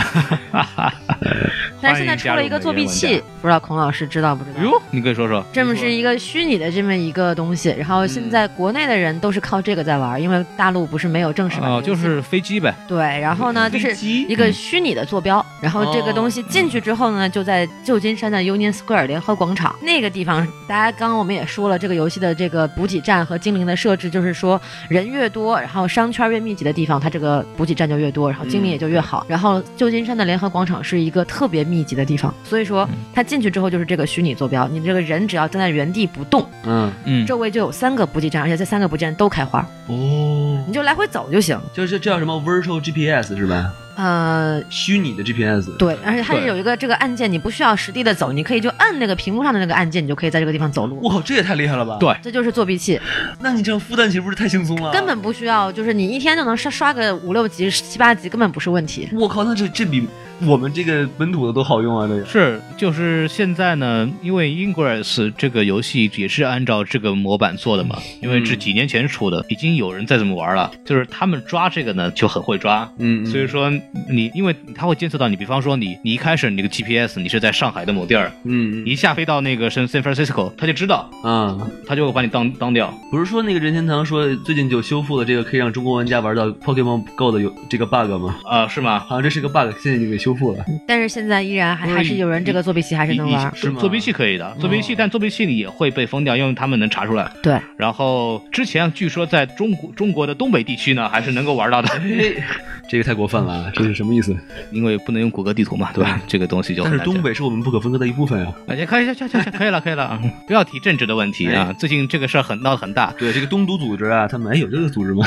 Speaker 5: 但是现在出了一个作弊
Speaker 7: 欢迎加入我们的
Speaker 5: 器，不知道孔老师知道不知道？
Speaker 7: 哟，你可以说说，嗯
Speaker 5: 这么是一个虚拟的这么一个东西，然后现在国内的人都是靠这个在玩，因为大陆不是没有正式版的
Speaker 7: 啊、
Speaker 5: 游戏，
Speaker 7: 就是飞机呗，
Speaker 5: 对，然后呢，就是
Speaker 4: 飞机
Speaker 5: 一个虚拟的坐标，然后这个东西进去之后呢，就在旧金山的 Union Square 联合广场那个地方，大家刚刚我们也说了，这个游戏的这个补给站和精灵的设置，就是说人越多，然后商圈越密集的地方，它这个补给站就越多，然后精灵也就越好。然后旧金山的联合广场是一个特别密集的地方，所以说它进去之后就是这个虚拟坐标，你这个人只要站在原地不动，
Speaker 4: 嗯，
Speaker 7: 嗯，
Speaker 5: 周围就有三个补给站，而且这三个补给站都开花，
Speaker 4: 哦，
Speaker 5: 你就来回走就行。
Speaker 4: 就是这叫什么 virtual GPS 是吧？
Speaker 5: 呃，
Speaker 4: 虚拟的 GPS。
Speaker 5: 对，而且它是
Speaker 7: 对
Speaker 5: 有一个这个按键，你不需要实地的走，你可以就按那个屏幕上的那个按键，你就可以在这个地方走路。
Speaker 4: 哇，这也太厉害了吧！
Speaker 7: 对
Speaker 5: 这就是作弊器，
Speaker 4: 那你这样孵蛋岂不是太轻松
Speaker 7: 哦
Speaker 4: 了？啊
Speaker 5: 根本不需要，就是你一天就能刷刷个五六级、七八级，根本不是问题。
Speaker 4: 我靠，那这这比我们这个本土的都好用啊！这个
Speaker 7: 是，就是现在呢，因为 Ingress 这个游戏也是按照这个模板做的嘛，因为是几年前出的，已经有人在这么玩了，就是他们抓这个呢就很会抓。
Speaker 4: 嗯
Speaker 7: 所以说你，因为它会监测到你，比方说你，你一开始你这个 GPS 你是在上海的某地儿，
Speaker 4: 嗯
Speaker 7: 你一下飞到那个 San San Francisco，它就知道，
Speaker 4: 啊，
Speaker 7: 它就会把你当当掉。
Speaker 4: 不是说那个任天堂说最近就修复了这个可以让中国玩家玩到 Pokemon Go 的有这个 bug 吗？
Speaker 7: 啊、是吗？
Speaker 4: 好像这是个 bug，现在已经给修复了。
Speaker 7: 嗯
Speaker 5: 但是现在依然还
Speaker 7: 因为
Speaker 5: 还是有人这个作弊器还是能玩哦
Speaker 7: 你。
Speaker 4: 是吗
Speaker 7: 作弊器可以的，作弊器，但作弊器你也会被封掉，因为他们能查出来。
Speaker 5: 对，
Speaker 7: 然后之前据说在中国中国的东北地区呢，还是能够玩到的，
Speaker 4: 哎这个太过分了，啊！这是什么意思？
Speaker 7: 因为不能用谷歌地图嘛，对吧？这个东西就
Speaker 4: 但是
Speaker 7: 很难
Speaker 4: 东
Speaker 7: 讲，
Speaker 4: 北是我们不可分割的一部分啊。
Speaker 7: 哎，可以，可以，可以可以了，可以了，啊！不要提政治的问题
Speaker 4: 哎
Speaker 7: 啊！最近这个事儿很闹得很大。
Speaker 4: 对，这个东独组织啊，他们哎有这个组织吗？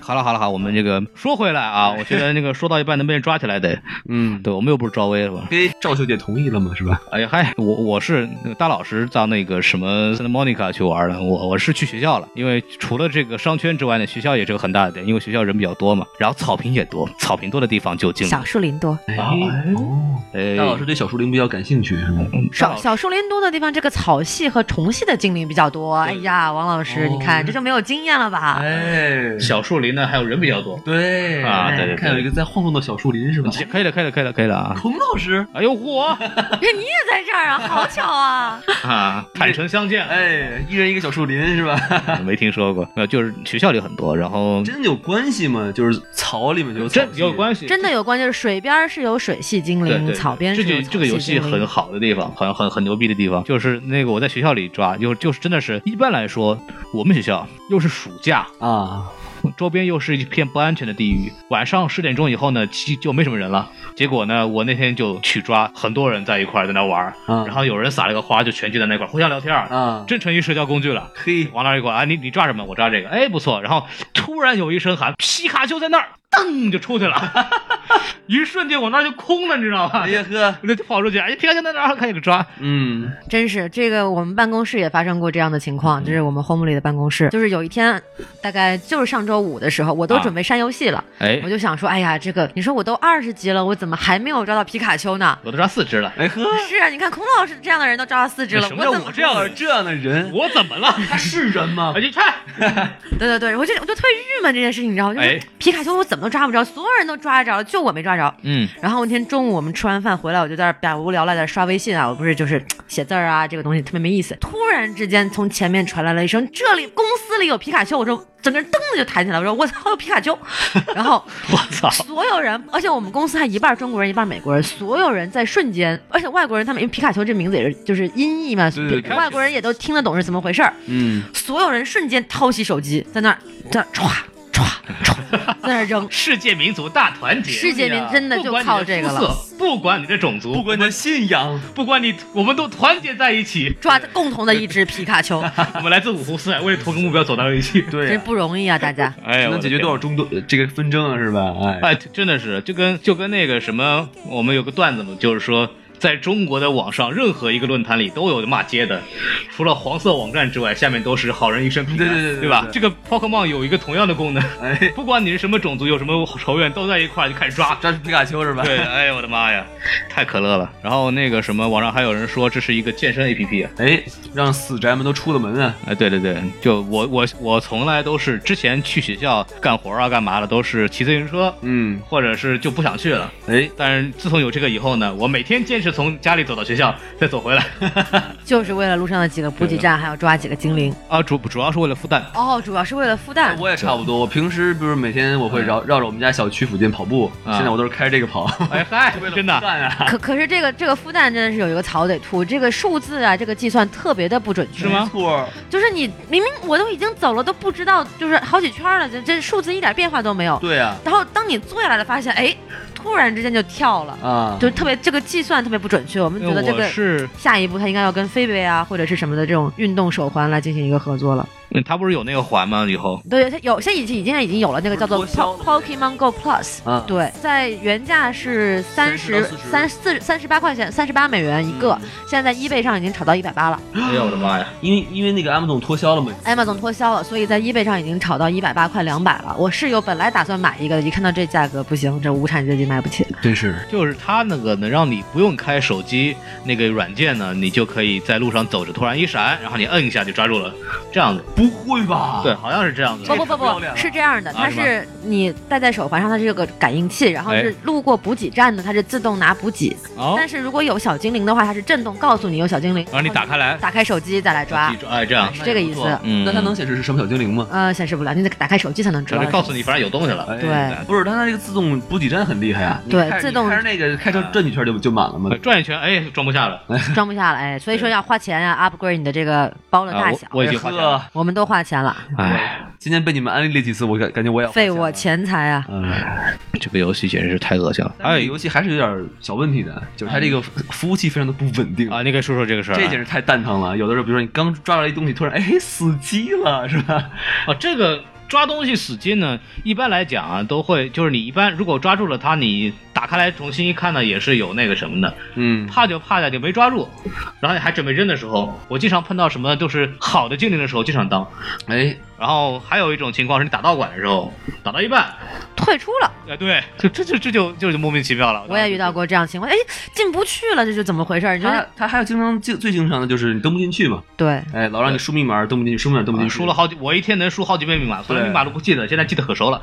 Speaker 7: 好了，好了，好，我们这个说回来啊，我觉得那个说到一半能被人抓起来得，
Speaker 4: 哎 嗯，
Speaker 7: 对我们又不是赵薇是吧？
Speaker 4: 跟赵小姐同意了嘛，是吧？
Speaker 7: 哎呀嗨，我我是那个大老师到那个什么 Santa Monica 去玩了，我我是去学校了，因为除了这个商圈之外呢，学校也是个很大的点，因为学校人比较多嘛，然后草坪也多，草坪多的地方就进
Speaker 5: 小树林多，
Speaker 4: 哎
Speaker 7: 啊
Speaker 4: 哦，
Speaker 7: 哎，嗯
Speaker 4: 大老师对小树林比较感兴趣，是吗？
Speaker 7: 大
Speaker 5: 少
Speaker 7: 老师
Speaker 5: 小树林多的地方，这个草系和虫系的精灵比较多。哎呀，王老师，
Speaker 4: 哦
Speaker 5: 你看这就没有经验了吧？
Speaker 4: 哎，
Speaker 7: 小树林呢还有人比较多，
Speaker 4: 对嗯
Speaker 7: 啊对对对
Speaker 4: 看有一个在晃动的小树林，是吧？
Speaker 7: 可以了，可以了，可以了，可以了啊！
Speaker 4: 孔老师，
Speaker 7: 哎呦嚯
Speaker 5: 你也在这儿 啊，好巧啊！
Speaker 7: 啊，坦诚相见，
Speaker 4: 哎，一人一个小树林，是吧？
Speaker 7: 没听说过，没有，就是学校里很多，然后
Speaker 4: 真的有关系吗？就是草里面就有
Speaker 7: 真有
Speaker 4: 系。
Speaker 7: 关系，
Speaker 5: 真的有关系，就是水边儿是有水系精
Speaker 7: 对
Speaker 5: 灵，
Speaker 7: 对，
Speaker 5: 草边
Speaker 7: 这
Speaker 5: 是有
Speaker 7: 就
Speaker 5: 草
Speaker 7: 这个游
Speaker 5: 系
Speaker 7: 戏
Speaker 5: 精灵
Speaker 7: 很好的地方，很很很牛逼的地方，就是那个我在学校里抓，就就是真的是一般来说，我们学校又是暑假，
Speaker 4: 啊，
Speaker 7: 周边又是一片不安全的地域，晚上十点钟以后呢，其就没什么人了。结果呢，我那天就去抓，很多人在一块儿在那玩儿，
Speaker 4: 啊
Speaker 7: 然后有人撒了个花，就全聚在那块儿互相聊天儿，
Speaker 4: 啊，
Speaker 7: 真成一社交工具了。
Speaker 4: 嘿，
Speaker 7: 往那儿一过，啊，你你抓什么？我抓这个，哎，不错。然后突然有一声喊，皮卡丘在那儿，噔就出去了， 一瞬间我那儿就空了，你知道吧
Speaker 4: 哎？呀呵，
Speaker 7: 我就跑出去，哎，皮卡丘在那儿，赶紧给抓。
Speaker 4: 嗯，
Speaker 5: 真是这个，我们办公室也发生过这样的情况，
Speaker 7: 嗯
Speaker 5: 就是我们 home 里的办公室，就是有一天，大概就是上周五的时候，我都
Speaker 7: 啊
Speaker 5: 准备删游戏了，
Speaker 7: 哎
Speaker 5: 我，就想说，哎呀，这个你说我都二十级了，我怎么还没有抓到皮卡丘呢？
Speaker 7: 我都抓四只了，
Speaker 4: 哎呵，
Speaker 5: 是啊，你看孔老师这样的人都抓到四只了，
Speaker 7: 哎什么
Speaker 5: 我
Speaker 7: 叫
Speaker 5: 怎
Speaker 7: 我
Speaker 5: 么？
Speaker 7: 这样的人
Speaker 4: 这样的人，
Speaker 7: 我怎么了？
Speaker 4: 他是人吗
Speaker 7: 哎，？你看，
Speaker 5: 对对对，我就我就特别郁闷这件事情，你知道吗？就是
Speaker 7: 哎
Speaker 5: 皮卡丘我怎么都抓不着，所有人都抓着了，就我没抓着。
Speaker 7: 嗯，
Speaker 5: 然后那天中午我们吃完饭回来，我就在那儿百无聊赖在那儿刷微信啊，我不是就是写字儿啊，这个东西特别没意思。突然之间从前面传来了一声“这里公司里有皮卡丘”，我说整个人噔的就弹起来，我说我操有皮卡丘，然后
Speaker 7: 我操，。
Speaker 5: 所有人，而且我们公司还一半中国人一半美国人，所有人在瞬间，而且外国人他们因为皮卡丘这名字也是就是音译嘛，
Speaker 4: 对对对
Speaker 5: 外国人也都听得懂是怎么回事儿，
Speaker 4: 嗯，
Speaker 5: 所有人瞬间掏起手机在那儿在那儿歘歘歘在那儿扔
Speaker 7: 世界民族大团结，哎
Speaker 5: 世界民真的就靠这个了，
Speaker 7: 不管你的肤色，不管你的种族，
Speaker 4: 不管你的信仰，
Speaker 7: 不管你，我们都团结在一起
Speaker 5: 抓共同的一只皮卡丘，
Speaker 7: 我们来自五湖四海，为了同一个目标走到一起。
Speaker 4: 对
Speaker 5: 真
Speaker 4: 呀，
Speaker 5: 不容易啊！大家，
Speaker 7: 哎呀，
Speaker 4: 能解决多少
Speaker 7: 少？
Speaker 4: 中东这个纷争啊，是吧？哎，
Speaker 7: 哎，真的是，就跟就跟那个什么，我们有个段子嘛，就是说在中国的网上任何一个论坛里都有骂街的，除了黄色网站之外，下面都是好人一生平安，
Speaker 4: 对对对对
Speaker 7: 吧？
Speaker 4: 对
Speaker 7: 这个 Pokemon 有一个同样的功能，
Speaker 4: 哎，
Speaker 7: 不管你是什么种族，有什么仇怨，都在一块儿就开始抓。
Speaker 4: 抓住皮卡丘是吧？
Speaker 7: 对，哎呦我的妈呀，太可乐了！然后那个什么，网上还有人说这是一个健身 A P P，
Speaker 4: 哎，让死宅们都出了门啊！
Speaker 7: 哎，对对对，就我我我从来都是之前去学校干活啊干嘛的，都是骑自行车，
Speaker 4: 嗯，
Speaker 7: 或者是就不想去了。
Speaker 4: 哎，
Speaker 7: 但是自从有这个以后呢，我每天坚持从家里走到学校，再走回来。
Speaker 5: 就是为了路上的几个补给站，还要抓几个精灵。
Speaker 7: 啊，主主要是为了孵蛋。
Speaker 5: 哦，主要是为了孵
Speaker 7: 哎
Speaker 5: 蛋。
Speaker 4: 我也差不多。我平时比如每天我会绕绕着我们家小区附近跑步，
Speaker 7: 啊
Speaker 4: 现在我都是开着这个跑。
Speaker 7: 哎嗨，真的，
Speaker 4: 干啊！
Speaker 5: 可可是这个这个孵蛋真的是有一个槽得吐，这个数字啊，这个计算特别的不准确。
Speaker 7: 是吗
Speaker 4: 没错儿，
Speaker 5: 就是你明明我都已经走了，都不知道，就是好几圈了，这这数字一点变化都没有。
Speaker 4: 对啊，
Speaker 5: 然后当你坐下来了，发现哎，突然之间就跳了，
Speaker 4: 啊，
Speaker 5: 就特别这个计算特别不准确。我们觉
Speaker 7: 因
Speaker 5: 得
Speaker 7: 为
Speaker 5: 这
Speaker 7: 嗯我
Speaker 5: 个
Speaker 7: 是
Speaker 5: 下一步它应该要跟飞贝啊或者是什么的这种运动手环来进行一个合作了。
Speaker 7: 嗯他不是有那个环吗？以后
Speaker 5: 对，它有现在已经已经已经有了那个叫做
Speaker 4: 不是脱销
Speaker 5: Po- Pokemon Go Plus。
Speaker 4: 啊，
Speaker 5: 对，在原价是三十
Speaker 4: 30
Speaker 5: 三四三十八块钱，三十八美元一个，现在在 eBay 上已经炒到一百八了
Speaker 7: 哎呦我的妈呀！
Speaker 4: 因为因为那个 M 总脱销了嘛，
Speaker 5: ，Amazon 脱销了，所以在 eBay 上已经炒到一百八快两百了。我室友本来打算买一个，一看到这价格不行，这无产阶级买不起。
Speaker 4: 真是
Speaker 7: 就是它那个能让你不用开手机那个软件呢，你就可以在路上走着，突然一闪，然后你摁一下就抓住了，这样的。
Speaker 4: 不会吧？
Speaker 7: 对，，好像是这样的
Speaker 5: 不。不不
Speaker 4: 太漂
Speaker 5: 不
Speaker 4: 亮，了
Speaker 5: 是这样的，
Speaker 7: 啊
Speaker 5: 它
Speaker 7: 是吗
Speaker 5: 是你戴在手环上，它是有个感应器，然后
Speaker 7: 哎
Speaker 5: 是路过补给站的，它是自动拿补给。
Speaker 7: 哦
Speaker 5: 但，是如果有小精灵的话，它是震动告诉你有小精灵，
Speaker 7: 然后你打开来，
Speaker 5: 打开手机再来抓
Speaker 7: 记，住，哎，这样，
Speaker 5: 是这个意思。
Speaker 7: 嗯，
Speaker 4: 那它能显示是什么小精灵吗？
Speaker 5: 呃，显示不了，你得打开手机才能知
Speaker 7: 这
Speaker 5: 道。
Speaker 7: 就告诉你，反正有东西了。
Speaker 4: 哎
Speaker 5: 对
Speaker 4: 不是，它那个自动补给站很厉害啊！你
Speaker 5: 对
Speaker 4: 开
Speaker 5: 自动嗯
Speaker 4: 你开着那个开车转几圈就就满了嘛。
Speaker 7: 转一圈，哎，装不下了。
Speaker 5: 装不下了，哎，所以说要花钱啊，upgrade 你的这个包的
Speaker 7: 啊
Speaker 5: 大
Speaker 7: 我
Speaker 5: 小。
Speaker 7: 我已经花钱了。
Speaker 4: 哎呵，
Speaker 5: 我们都花钱了，
Speaker 7: 哎，
Speaker 4: 今天被你们安利了几次，我感感觉我也要花
Speaker 5: 费
Speaker 4: 钱了
Speaker 5: 我。钱财啊！
Speaker 4: 嗯，
Speaker 7: 哎这个游戏简直是太恶心了。
Speaker 4: 哎，
Speaker 7: 哎
Speaker 4: 游戏还是有点小问题的，就是它这个服服务器非常的不稳定
Speaker 7: 啊，。你给说说这个事儿啊。
Speaker 4: 这简直太蛋疼了！有的时候，比如说你刚抓到一东西，突然哎死机了，是吧？
Speaker 7: 啊，这个抓东西使劲呢，一般来讲啊，都会就是你一般如果抓住了它，你打开来重新一看呢，也是有那个什么的。
Speaker 4: 嗯，
Speaker 7: 怕就怕在就没抓住，然后你还准备扔的时候，我经常碰到什么就是好的精灵的时候经常当，
Speaker 4: 哎，
Speaker 7: 然后还有一种情况是你打道馆的时候打到一半，
Speaker 5: 退出了，
Speaker 7: 哎对，就这就这就就就莫名其妙了。啊
Speaker 5: 我也遇到过这样情况，哎，进不去了，这是怎么回事？你
Speaker 4: 他
Speaker 5: 说
Speaker 4: 他还有经常经最经常的就是你登不进去嘛，
Speaker 5: 对，
Speaker 4: 哎，老让你输密码，登不进去，输密码登不进
Speaker 7: 啊。
Speaker 4: 去，
Speaker 7: 输了好几，我一天能输好几遍密码，虽然
Speaker 4: 对
Speaker 7: 密码都不记得，现在记得可熟 了。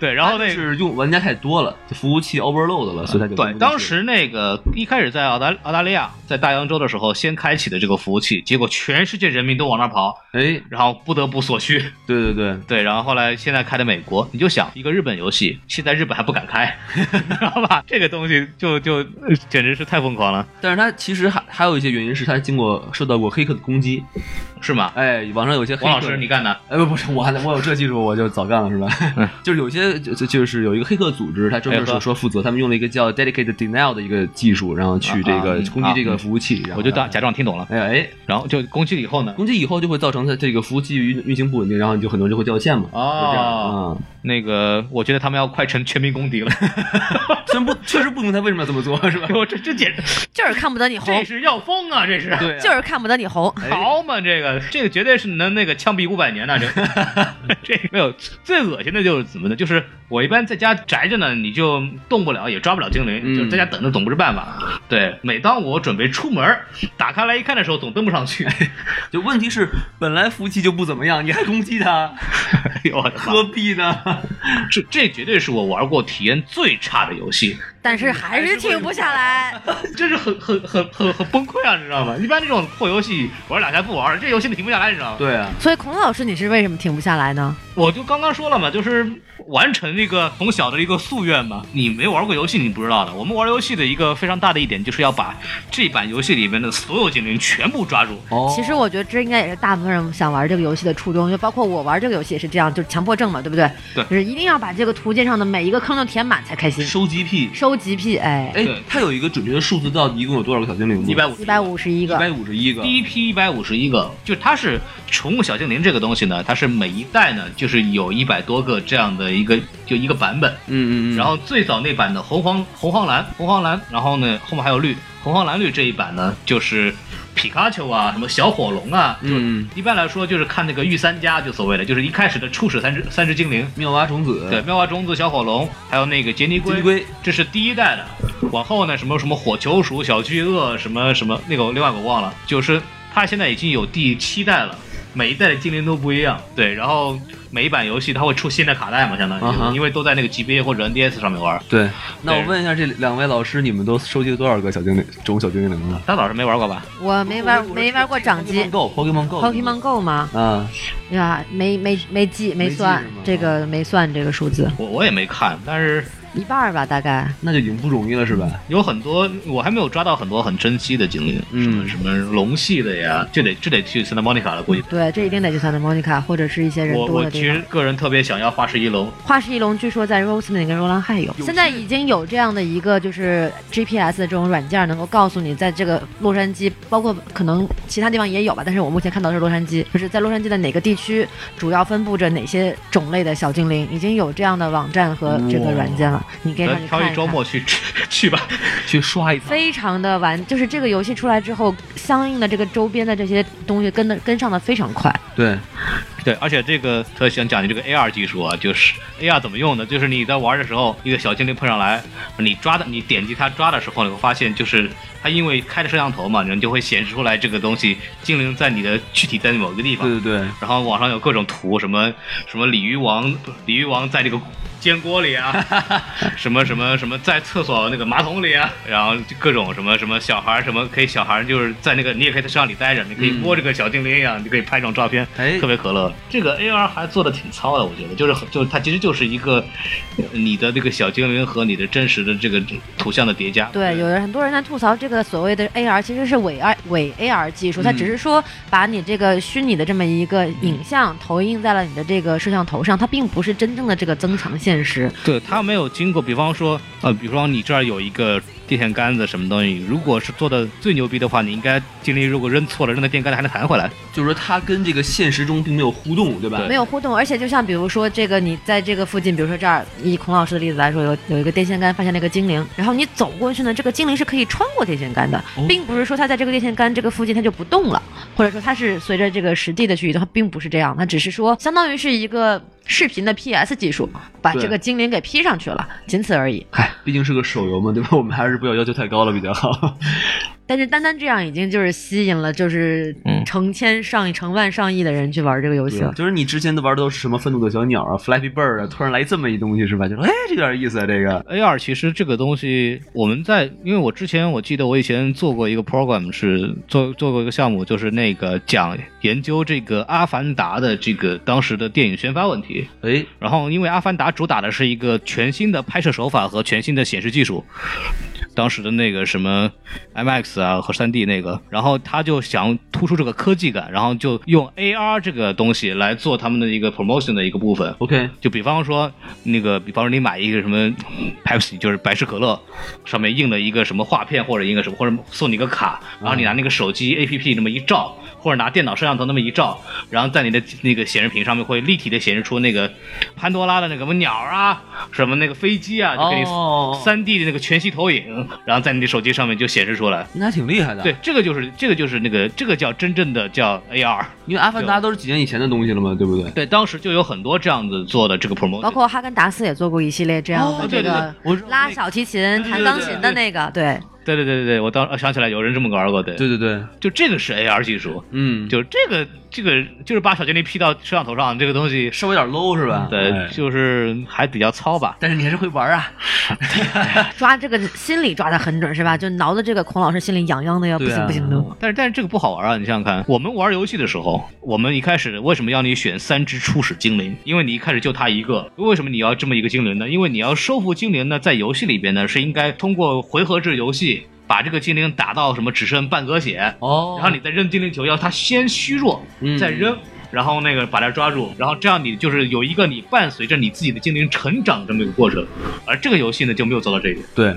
Speaker 7: 对，然后那个
Speaker 4: 是用玩家太多了，就服务器 overload 了，所以他就
Speaker 7: 对，当时那个一开始在澳大澳大利亚，在大洋洲的时候，先开启的这个服务器，结果全世界人民都往那儿跑，
Speaker 4: 哎，
Speaker 7: 然后不得不所需。
Speaker 4: 对对对，
Speaker 7: 对，然后后来现在开的美国，你就想一个日本游戏，现在日本还不敢开，知道吧？这个东西就就呃简直是太疯狂了，
Speaker 4: 但是他其实还还有一些原因是他经过受到过黑客的攻击，
Speaker 7: 是吗？
Speaker 4: 哎，网上有些黑客
Speaker 7: 王老师，你嗯干的？
Speaker 4: 哎不不是我还我有这技术我就早干了是吧？ 就是有些就就就是有一个黑客组织，他专门
Speaker 7: 黑客
Speaker 4: 说说负责，他们用了一个叫 dedicated denial 的一个技术，然后去这
Speaker 7: 啊
Speaker 4: 个
Speaker 7: 嗯
Speaker 4: 攻击这个服务器，然后
Speaker 7: 我就当假装听懂了，
Speaker 4: 哎哎，
Speaker 7: 然后就攻击了以后呢，
Speaker 4: 攻击以后就会造成它这个服务器运运行不稳定，然后你就很多人就会掉线嘛。就这样
Speaker 7: 哦
Speaker 4: 嗯，
Speaker 7: 那个我觉得他们要快成全民公 敌了，
Speaker 4: 虽然不确实不明白为什么要这么做，是吧？
Speaker 7: 我这这简直
Speaker 5: 就是看不得你
Speaker 7: 这
Speaker 5: 红，
Speaker 7: 是要疯啊，这是。
Speaker 4: 对啊
Speaker 5: 就是看不得你红。
Speaker 7: 好嘛，这个这个绝对是能那个枪毙五百年的、这 个这个没有最恶心的就是怎么呢？就是我一般在家宅着呢，你就动不了，也抓不了精灵，
Speaker 4: 嗯
Speaker 7: 就是在家等着总不是办法。啊对，每当我准备出门打开来一看的时候，总登不上去。
Speaker 4: 哎就问题是本来服务器就不怎么样，你还攻击它，
Speaker 7: 哎呦我的妈！
Speaker 4: 何必呢？
Speaker 7: 这这绝对是我玩过体验最差的游戏，
Speaker 5: 但是还是停不下来。
Speaker 7: 这是很很很很很崩溃啊，你知道吗？一般这种破游戏玩两下不玩了，这游戏你停不下来，你知道吗？
Speaker 4: 对啊，
Speaker 5: 所以孔老师，你是为什么停不下来呢？
Speaker 7: 我就刚刚说了嘛，就是完成那个从小的一个夙愿嘛。你没玩过游戏，你不知道的。我们玩游戏的一个非常大的一点，就是要把这版游戏里面的所有精灵全部抓住。
Speaker 4: 哦
Speaker 5: 其实我觉得这应该也是大部分人想玩这个游戏的初衷，就包括我玩这个游戏也是这样，就是强迫症嘛，对不对？
Speaker 7: 对
Speaker 5: 就是一定要把这个图鉴上的每一个坑都填满才开心。
Speaker 4: 收集癖。
Speaker 5: 收集癖，哎，
Speaker 4: 哎
Speaker 7: 对，
Speaker 4: 它有一个准确的数字，到底一共有多少个小精灵吗？
Speaker 7: 一百五，
Speaker 5: 一百。五十一
Speaker 4: 一
Speaker 5: 个，
Speaker 4: 百五十一个。
Speaker 7: 第一批一百五十一个，就它是宠物小精灵这个东西呢，它是每一代呢，就是有一百多个这样的一个就一个版本。
Speaker 4: 嗯嗯嗯，
Speaker 7: 然后最早那版的红黄红黄蓝红黄蓝，然后呢后面还有绿红黄蓝绿这一版呢，就是皮卡丘啊，什么小火龙啊，就
Speaker 4: 嗯
Speaker 7: 一般来说就是看那个御三家就所谓的，就是一开始的初始三只三只精灵，
Speaker 4: 妙蛙种子，
Speaker 7: 对，，妙蛙种子、小火龙，还有那个杰尼
Speaker 4: 金
Speaker 7: 龟，
Speaker 4: 嗯龟龟，
Speaker 7: 这是第一代的。往后呢，什么什么火球鼠、小巨鳄，什么什么那个我另外我忘了，就是它现在已经有第七代了。每一代的精灵都不一样，对，然后每一版游戏它会出新的卡带嘛，相当于就是
Speaker 4: 啊哈
Speaker 7: 因为都在那个 GBA 或者 NDS 上面玩，
Speaker 4: 对，那我
Speaker 7: 对
Speaker 4: 问一下这两位老师，你们都收集了多少个小精灵种小精灵了
Speaker 7: 大早上没玩过吧？
Speaker 5: 我没玩没玩过掌机
Speaker 4: Pokemon Go，Pokemon Go。
Speaker 5: ，Pokemon Go 吗？
Speaker 4: 啊，
Speaker 5: 哎呀，没没没记哦
Speaker 4: 没
Speaker 5: 没
Speaker 4: 记
Speaker 5: 算
Speaker 4: 是吗
Speaker 5: 这个没算这个数字，
Speaker 7: 我我也没看，但是
Speaker 5: 一半儿吧大概。
Speaker 4: 那就已经不容易了，是吧？
Speaker 7: 有很多我还没有抓到很多很珍惜的精灵，
Speaker 4: 嗯
Speaker 7: 什么什么龙系的呀，这得这得去 Santa Monica 了，估计。
Speaker 5: 嗯对，这一定得去 Santa Monica 或者是一些人
Speaker 7: 我
Speaker 5: 多
Speaker 7: 我
Speaker 5: 的
Speaker 7: 其
Speaker 5: 地
Speaker 7: 实
Speaker 5: 方。
Speaker 7: 个人特别想要化石翼龙，
Speaker 5: 化石翼龙据说在 Rosemary 跟 Roland 还有，现在已经有这样的一个就是 GPS 的这种软件，能够告诉你在这个洛杉矶，包括可能其他地方也有吧，但是我目前看到的是洛杉矶，就是在洛杉矶的哪个地区主要分布着哪些种类的小精灵，已经有这样的网站和这个软件了，你可以上
Speaker 7: 咱
Speaker 5: 去
Speaker 7: 挑
Speaker 5: 看
Speaker 7: 一周
Speaker 5: 看。
Speaker 7: 末去 去吧。
Speaker 4: 去刷一次，
Speaker 5: 非常的完，就是这个游戏出来之后，相应的这个周边的这些东西跟的跟上的非常快。
Speaker 4: 对，
Speaker 7: 对，而且这个特想讲的这个 AR 技术啊，就是 AR 怎么用呢？就是你在玩的时候，一个小精灵碰上来，你抓的，你点击它抓的时候，你会发现就是它因为开着摄像头嘛，人就会显示出来这个东西，精灵在你的躯体在某个地方。
Speaker 4: 对对对，
Speaker 7: 然后网上有各种图，什么什么鲤鱼王，不是鲤鱼王在这个煎锅里啊，什么什么什么在厕所那个马桶里啊，然后就各种什么什么小孩儿什么可以小孩儿就是在那个你也可以在摄像里待着，你可以摸这个小精灵一样，你可以拍这种照片，
Speaker 4: 哎
Speaker 7: 特别可乐。这个 AR 还做的挺糙的，我觉得就是很就是它其实就是一个呃你的这个小精灵和你的真实的这个图像的叠加。
Speaker 5: 对，有人很多人在吐槽这个所谓的 AR 其实是伪 AR 伪 AR 技术，它
Speaker 4: 嗯
Speaker 5: 只是说把你这个虚拟的这么一个影像投影在了你的这个摄像头上，它并不是真正的这个增强现实。
Speaker 7: 对他没有经过，比方说，呃，比方你这儿有一个电线杆子什么东西，如果是做的最牛逼的话，你应该精灵如果扔错了，扔到电杆子还能弹回来。
Speaker 4: 就是说它跟这个现实中并没有互动，对吧？
Speaker 7: 对
Speaker 5: 没有互动，而且就像比如说这个，你在这个附近，比如说这儿，以孔老师的例子来说，有有一个电线杆发现了一个精灵，然后你走过去呢，这个精灵是可以穿过电线杆的，
Speaker 7: 哦
Speaker 5: 并不是说它在这个电线杆这个附近它就不动了，或者说它是随着这个实地的去移动，它并不是这样，它只是说相当于是一个视频的 PS 技术，把
Speaker 4: 对
Speaker 5: 这个精灵给 P 上去了，仅此而已。
Speaker 4: 嗨，毕竟是个手游嘛，对吧？ 我们还是不要要求太高了比较好。
Speaker 5: 但是单单这样已经就是吸引了就是
Speaker 7: 嗯
Speaker 5: 成千上亿、成万上亿的人去玩这个游戏了。
Speaker 4: 就是啊你之前都玩的都是什么愤怒的小鸟啊、Flappy Bird 啊，突然来这么一东西是吧？就说哎，这有点意思啊，这个
Speaker 7: AR 其实这个东西，我们在因为我之前我记得我以前做过一个 program，是做做过一个项目，就是那个讲研究这个《阿凡达》的这个当时的电影宣发问题。
Speaker 4: 哎，
Speaker 7: 然后，因为《阿凡达》主打的是一个全新的拍摄手法和全新的显示技术，当时的那个什么 IMAX 啊和 3D 那个，然后他就想突出这个科技感，然后就用 AR 这个东西来做他们的一个 promotion 的一个部分。
Speaker 4: OK，
Speaker 7: 就比方说，那个，比方说你买一个什么 Pepsi，就是百事可乐，上面印了一个什么画片或者印个什么，或者送你一个卡，然后你拿那个手机 APP 那么一照，或者拿电脑摄像头那么一照，然后在你的那个显示屏上面会立体的显示出那个潘多拉的那个什么鸟啊，什么那个飞机啊，就给你
Speaker 4: 哦
Speaker 7: 三 D 的那个全息投影，然后在你的手机上面就显示出来。
Speaker 4: 那还挺厉害的。
Speaker 7: 对，，这个就是这个就是那个这个叫真正的叫 AR。
Speaker 4: 因为阿凡达都是几年以前的东西了嘛，对不对？
Speaker 7: 对，当时就有很多这样子做的这个 promotion，
Speaker 5: 包括哈根达斯也做过一系列这样的
Speaker 7: 哦
Speaker 5: 这
Speaker 7: 对对
Speaker 5: 个
Speaker 4: 对我知道那
Speaker 5: 拉
Speaker 4: 个
Speaker 5: 小提琴、
Speaker 7: 对
Speaker 5: 弹钢琴的那个，对，
Speaker 7: 对对对对对，我当呃想起来有人这么玩过，对，
Speaker 4: 对对对，
Speaker 7: 就这个是 AR 技术，
Speaker 4: 嗯，
Speaker 7: 就是这个这个就是把小精灵 P 到摄像头上，这个东西，
Speaker 4: 稍微有点 low 是吧？
Speaker 7: 对，
Speaker 4: 哎
Speaker 7: 就是还比较糙吧。
Speaker 4: 但是你还是会玩啊。
Speaker 5: 抓这个心理抓得很准是吧？就挠的这个孔老师心里痒痒的，要不
Speaker 4: 对啊
Speaker 5: 行不行的。
Speaker 7: 但是但是这个不好玩啊！你想想看，我们玩游戏的时候，我们一开始为什么要你选三只初始精灵？因为你一开始就它一个。为什么你要这么一个精灵呢？因为你要收服精灵呢，在游戏里边呢是应该通过回合制游戏把这个精灵打到什么只剩半格血，
Speaker 4: 哦
Speaker 7: 然后你再扔精灵球，要它先虚弱，
Speaker 4: 嗯
Speaker 7: 再扔。然后那个把它抓住，然后这样你就是有一个你伴随着你自己的精灵成长这么一个过程，而这个游戏呢就没有做到这一点。
Speaker 4: 对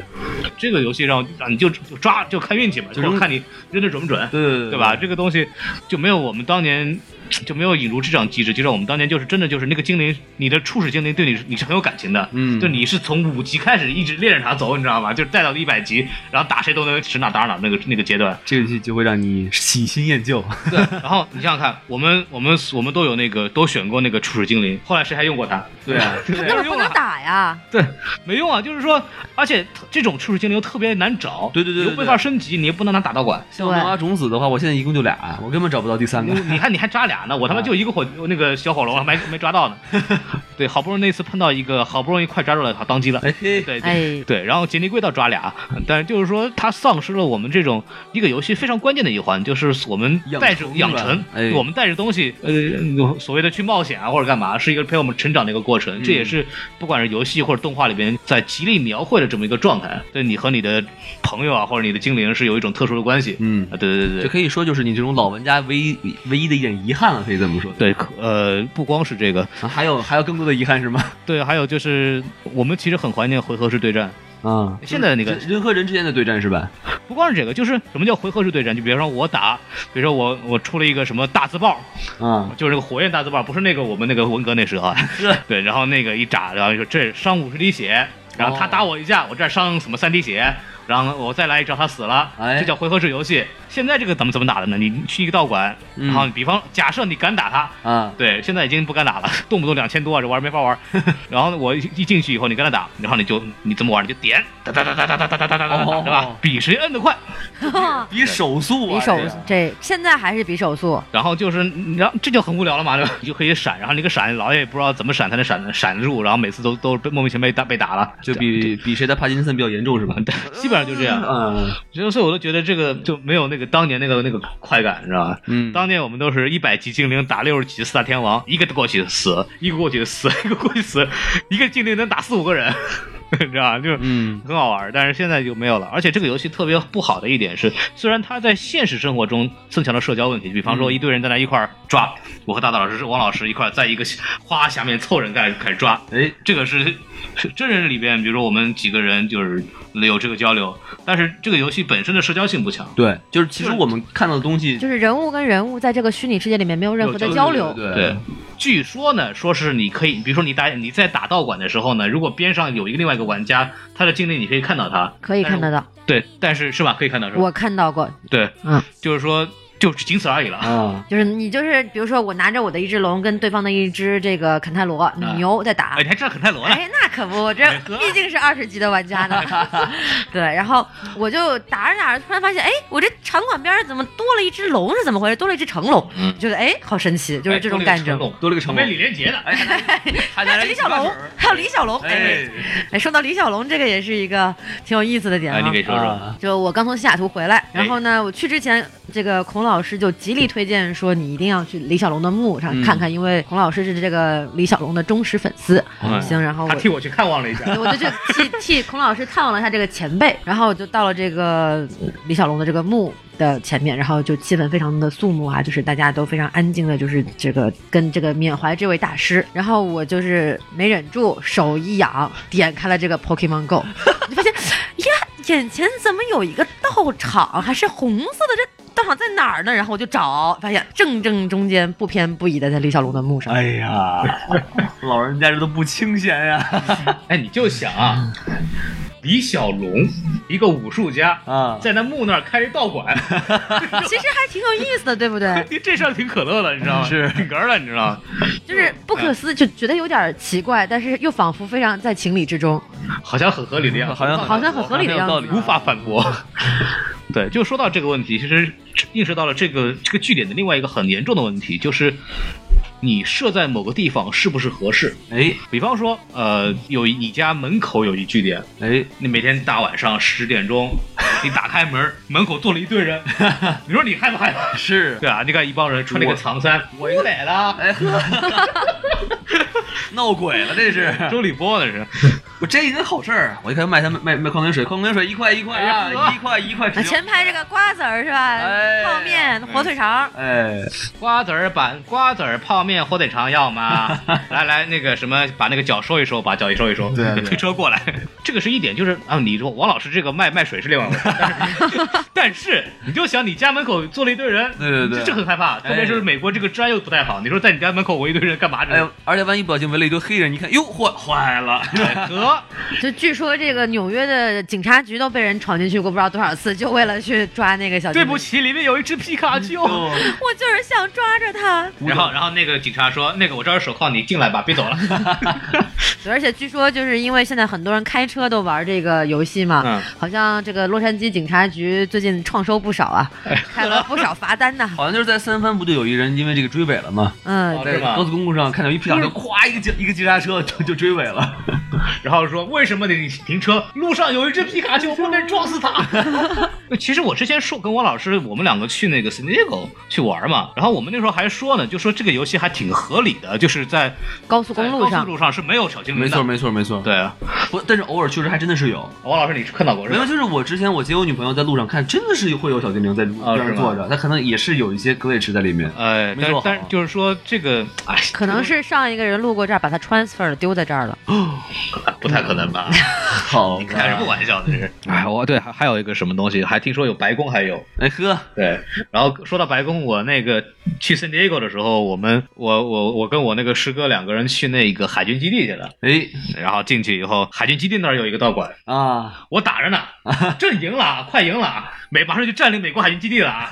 Speaker 7: 这个游戏让让你就就抓就看运气嘛，
Speaker 4: 就
Speaker 7: 就
Speaker 4: 扔嗯
Speaker 7: 看你扔的准不准，
Speaker 4: 对对
Speaker 7: 对吧？？这个东西就没有我们当年就没有引入这种机制，就让我们当年就是真的就是那个精灵，你的初始精灵对你是你是很有感情的，
Speaker 4: 嗯
Speaker 7: 就你是从五级开始一直恋着它走，你知道吗？就是带到一百级，然后打谁都能指哪打哪那个那个阶段，
Speaker 4: 这个游戏就会让你喜新厌旧。
Speaker 7: 对， 然后你想想看，我们我们我们都有那个都选过那个初始精灵，后来谁还用过它？
Speaker 4: 对 啊，
Speaker 7: 没
Speaker 5: 那
Speaker 7: 人
Speaker 5: 么不
Speaker 7: 用
Speaker 5: 能
Speaker 7: 啊，
Speaker 5: 打呀！
Speaker 7: 对，没用啊，就是说，而且这种初始精灵又特别难找，
Speaker 4: 对对对对
Speaker 7: 你又没法升级，你也不能拿打 道馆。
Speaker 4: 像麻花种子的话，我现在一共就俩，我根本找不到第三
Speaker 7: 你
Speaker 4: 个。
Speaker 7: 你看你还抓俩呢，我他妈就一个火那个小火龙，我还没没抓 到呢。对，好不容易那次碰到一个，好不容易快抓住了，好当机了。
Speaker 4: 哎嘿，
Speaker 7: 对对
Speaker 5: 哎，
Speaker 7: 对，然后杰尼龟倒抓俩，但是就是说他丧失了我们这种一个游戏非常关键的一环，就是我们
Speaker 4: 养
Speaker 7: 带着
Speaker 4: 成
Speaker 7: 养
Speaker 4: 是吧
Speaker 7: 成，
Speaker 4: 哎
Speaker 7: 我们带着东西，呃，所谓的去冒险啊或者干嘛，是一个陪我们成长的一个过
Speaker 4: 嗯
Speaker 7: 程。这也是不管是游戏或者动画里边在极力描绘的这么一个状态，对你和你的朋友啊或者你的精灵是有一种特殊的关系。
Speaker 4: 嗯
Speaker 7: 啊，，对对对
Speaker 4: 这
Speaker 7: 对。
Speaker 4: 可以说就是你这种老玩家唯一唯一的一点遗憾了，可以这么说。
Speaker 7: 对，可呃，不光是这个，
Speaker 4: 啊，还有还有更多的遗憾是吗？
Speaker 7: 对，还有就是我们其实很怀念回合式对战。
Speaker 4: 啊，
Speaker 7: 现在那个
Speaker 4: 人人和人之间的对战是吧？
Speaker 7: 不光是这个，就是什么叫回合式对战？就比如说我打，比如说我我出了一个什么大字报，
Speaker 4: 啊，
Speaker 7: 就是那个火焰大字报，不是那个我们那个文革那时候啊，
Speaker 4: 是
Speaker 7: 对，然后那个一炸，然后就这伤五十滴血，然后他
Speaker 4: 哦
Speaker 7: 打我一下，我这儿伤什么三滴血，然后我再来一招他死了，
Speaker 4: 哎
Speaker 7: 这叫回合制游戏。现在这个怎么怎么打的呢？你去一个道馆，
Speaker 4: 嗯
Speaker 7: 然后你比方假设你敢打他。
Speaker 4: 啊，
Speaker 7: 对，现在已经不敢打了， 动不动两千多啊，这玩意儿没法玩。 然后我一一进去以后，你跟他打，然后你就你怎么玩？你就点哒哒哒哒哒哒哒哒哒哒哒
Speaker 4: 哦
Speaker 7: 哒，对吧？比谁摁得快。
Speaker 4: 比手速
Speaker 5: 哎比
Speaker 4: 啊，
Speaker 5: 手
Speaker 4: 这个
Speaker 5: 这现在还是比手速，
Speaker 7: 然后就是，你然后这就很无聊了嘛，对吧？你就可以闪，然后那个闪，老也不知道怎么闪才能闪闪得住，然后每次都都被莫名其妙被打被打了，
Speaker 4: 就比比谁的帕金森比较严重是吧？
Speaker 7: 基本上就这样。
Speaker 4: 嗯
Speaker 7: 所以我都觉得这个就没有那个当年那个那个快感，你知道吧？
Speaker 4: 嗯，
Speaker 7: 当年我们都是一百级精灵打六十级四大天王，一个过去死，一个过去死，一个过去死，一个精灵能打四五个人，你知道吧？就是
Speaker 4: 嗯
Speaker 7: 很好玩，但是现在就没有了。而且这个游戏特别不好的一点是，虽然它在现实生活中增强了社交问题，比方说一堆人在那一块儿抓，我和大大老师、王老师一块儿在一个花下面凑人开始开始抓，
Speaker 4: 哎，
Speaker 7: 这个是是真人里边，比如说我们几个人就是有这个交流，但是这个游戏本身的社交性不强。
Speaker 4: 对，就是其实我们看到的东西，
Speaker 5: 就是人物跟人物在这个虚拟世界里面没有任何的交流。
Speaker 4: 对
Speaker 7: 对，据说呢，说是你可以，比如说你打你在打道馆的时候呢，如果边上有一个另外一个玩家，他的精灵你可以看到他，
Speaker 5: 可以看得到，
Speaker 7: 对，但是是吧？可以看到是吧？
Speaker 5: 我看到过，
Speaker 7: 对，
Speaker 5: 嗯，
Speaker 7: 就是说，就仅此而已了。
Speaker 4: 啊，
Speaker 5: 就是你就是比如说我拿着我的一只龙跟对方的一只这个肯泰罗牛在打
Speaker 7: 哎，，你还知道肯泰罗 呢？
Speaker 5: 哎，那可不，我这毕竟是二十级的玩家呢。对，然后我就打着打着，突然发现，哎，我这场馆边儿怎么多了一只龙？是怎么回事？多了一只成龙，觉得哎，好神奇，就是这种感
Speaker 7: 哎
Speaker 5: 觉。
Speaker 4: 多了个成
Speaker 7: 没
Speaker 4: 龙
Speaker 7: 李连 杰的，哎，
Speaker 4: 还拿
Speaker 5: 还有
Speaker 4: 着
Speaker 5: 李小龙，还有李小龙，哎，
Speaker 4: 哎，
Speaker 5: 哎，说到李小龙，这个也是一个挺有意思的点啊。
Speaker 7: 哎你给说说。
Speaker 4: 啊
Speaker 5: 就我刚从西雅图回来，然后呢，我去之前，这个孔老师就极力推荐说你一定要去李小龙的墓上
Speaker 4: 嗯
Speaker 5: 看看，因为孔老师是这个李小龙的忠实粉丝。
Speaker 7: 嗯
Speaker 5: 行，然后我
Speaker 7: 他替我去看望了一下。
Speaker 5: 对我就去替替孔老师探望了一下这个前辈，然后我就到了这个呃李小龙的这个墓的前面，然后就气氛非常的肃穆啊，就是大家都非常安静的，就是这个跟这个缅怀这位大师。然后我就是没忍住，手一痒，点开了这个 Pokemon Go，我就发现呀，眼前怎么有一个道场，还是红色的这。道场在哪儿呢？然后我就找，发现正正中间不偏不倚的在李小龙的墓上。
Speaker 4: 哎呀，老人家这都不清闲呀，
Speaker 7: 哎，你就想啊，李小龙，一个武术家，
Speaker 4: 啊，
Speaker 7: 在那墓那儿开一道馆，
Speaker 5: 其实还挺有意思的，对不对？
Speaker 7: 这事儿挺可乐的，你知道吗？
Speaker 4: 是
Speaker 7: 挺哏儿的，你知道吗？
Speaker 5: 就是不可思，就觉得有点奇怪，但是又仿佛非常在情理之中。
Speaker 7: 好像很合理的样子，
Speaker 4: 好像
Speaker 5: 好
Speaker 7: 哦
Speaker 5: 像很合理的样子
Speaker 4: 好像很有道理
Speaker 7: 无法反驳。 对，就说到这个问题，其实映射到了这个这个据点的另外一个很严重的问题，就是你设在某个地方是不是合适？
Speaker 4: 哎
Speaker 7: 比方说，呃，有一你家门口有一据点，
Speaker 4: 哎，
Speaker 7: 你每天大晚上十点钟，你打开门，门口坐了一堆人， 你说你害不害怕？
Speaker 4: 是，
Speaker 7: 对啊，你看一帮人穿那个长衫，我来 了，
Speaker 4: 哎呵，闹鬼了这是，
Speaker 7: 周立波那是，
Speaker 4: 我这一个好事儿，啊我一看卖他们卖卖矿泉水，矿泉水一块一块
Speaker 3: 哎呀
Speaker 4: 啊，一块一块
Speaker 5: 啊
Speaker 4: 十。
Speaker 5: 前排这个瓜子儿是吧？
Speaker 4: 哎
Speaker 5: 泡面、火腿肠，
Speaker 4: 哎，
Speaker 7: 瓜子儿板、瓜子儿泡面、火腿肠要 吗？来来，那个什么，把那个脚收一收，把脚一收一收，
Speaker 4: 对啊对啊
Speaker 7: 推车过来。这个是一点，就是啊，你说王老师这个卖卖水是另外一回事，但是但是你就想你家门口坐了一堆人，
Speaker 4: 对对对
Speaker 7: 这这很害怕，特别是美国这个治安又不太好，你说在你家门口围一堆人干嘛
Speaker 4: 哎
Speaker 7: 这
Speaker 4: 呦？，而且万一不小心围了一堆黑人，你看，哟，坏坏了，
Speaker 7: 呃得
Speaker 5: 就据说这个纽约的警察局都被人闯进去过不知道多少次，就为了去抓那个小。
Speaker 7: 对不，起，里面有一只皮卡丘。
Speaker 4: 嗯
Speaker 5: 我就是想抓着他。
Speaker 7: 然后，然后那个警察说：“那个，我这儿手铐，你进来吧，别 走了。
Speaker 5: 而且据说就是因为现在很多人开车都玩这个游戏嘛，
Speaker 7: 嗯
Speaker 5: 好像这个洛杉矶警察局最近创收不少啊，开了不少罚单 呐。
Speaker 4: 好像就是在三藩不就有一人因为这个追尾了哦吗？
Speaker 5: 嗯，
Speaker 7: 是
Speaker 4: 在
Speaker 7: 吧
Speaker 4: 高速公路上看到一皮卡车，咵一个急一个急刹车就就追尾了。”
Speaker 7: 然后说：“为什么得停车？路上有一只皮卡丘，不能撞死它。” 其实我之前说跟王老师，我们两个去那个 San Diego 去玩嘛，然后我们那时候还说呢，就说这个游戏还挺合理的，就是在
Speaker 5: 高速公路
Speaker 7: 哎在高
Speaker 5: 上
Speaker 7: 速。路上是没有小精灵的。
Speaker 4: 没错，没错，没错。，
Speaker 7: 对啊，
Speaker 4: 不，但是偶尔确实还真的是有。
Speaker 7: 王老师你是看到过是
Speaker 4: 没有，
Speaker 7: 吧？
Speaker 4: 就是我之前我接我女朋友在路上看，真的是会有小精灵在路
Speaker 7: 啊
Speaker 4: 边
Speaker 7: 是
Speaker 4: 上
Speaker 7: 吗
Speaker 4: 坐着，它可能也是有一些格雷池在里面。
Speaker 7: 呃，
Speaker 4: 没
Speaker 7: 但
Speaker 4: 做好
Speaker 7: 但是就是说这个，哎，
Speaker 5: 可能是上一个人路过这儿，把他 transfer 了丢在这儿了。
Speaker 7: 不太可能吧？
Speaker 4: 好吧，
Speaker 7: 开什么玩笑这是？哎，我对还还有一个什么东西，还听说有白宫还有。
Speaker 4: 哎呵，
Speaker 7: 对，然后说到白宫，我那个去 San Diego 的时候，我们我我我跟我那个师哥两个人去那个海军基地去了，
Speaker 4: 哎
Speaker 7: 然后进去以后，海军基地那儿有一个道馆，
Speaker 4: 啊，
Speaker 7: 我打着呢，朕赢了啊，快赢了啊，美马上就占领美国海军基地了啊，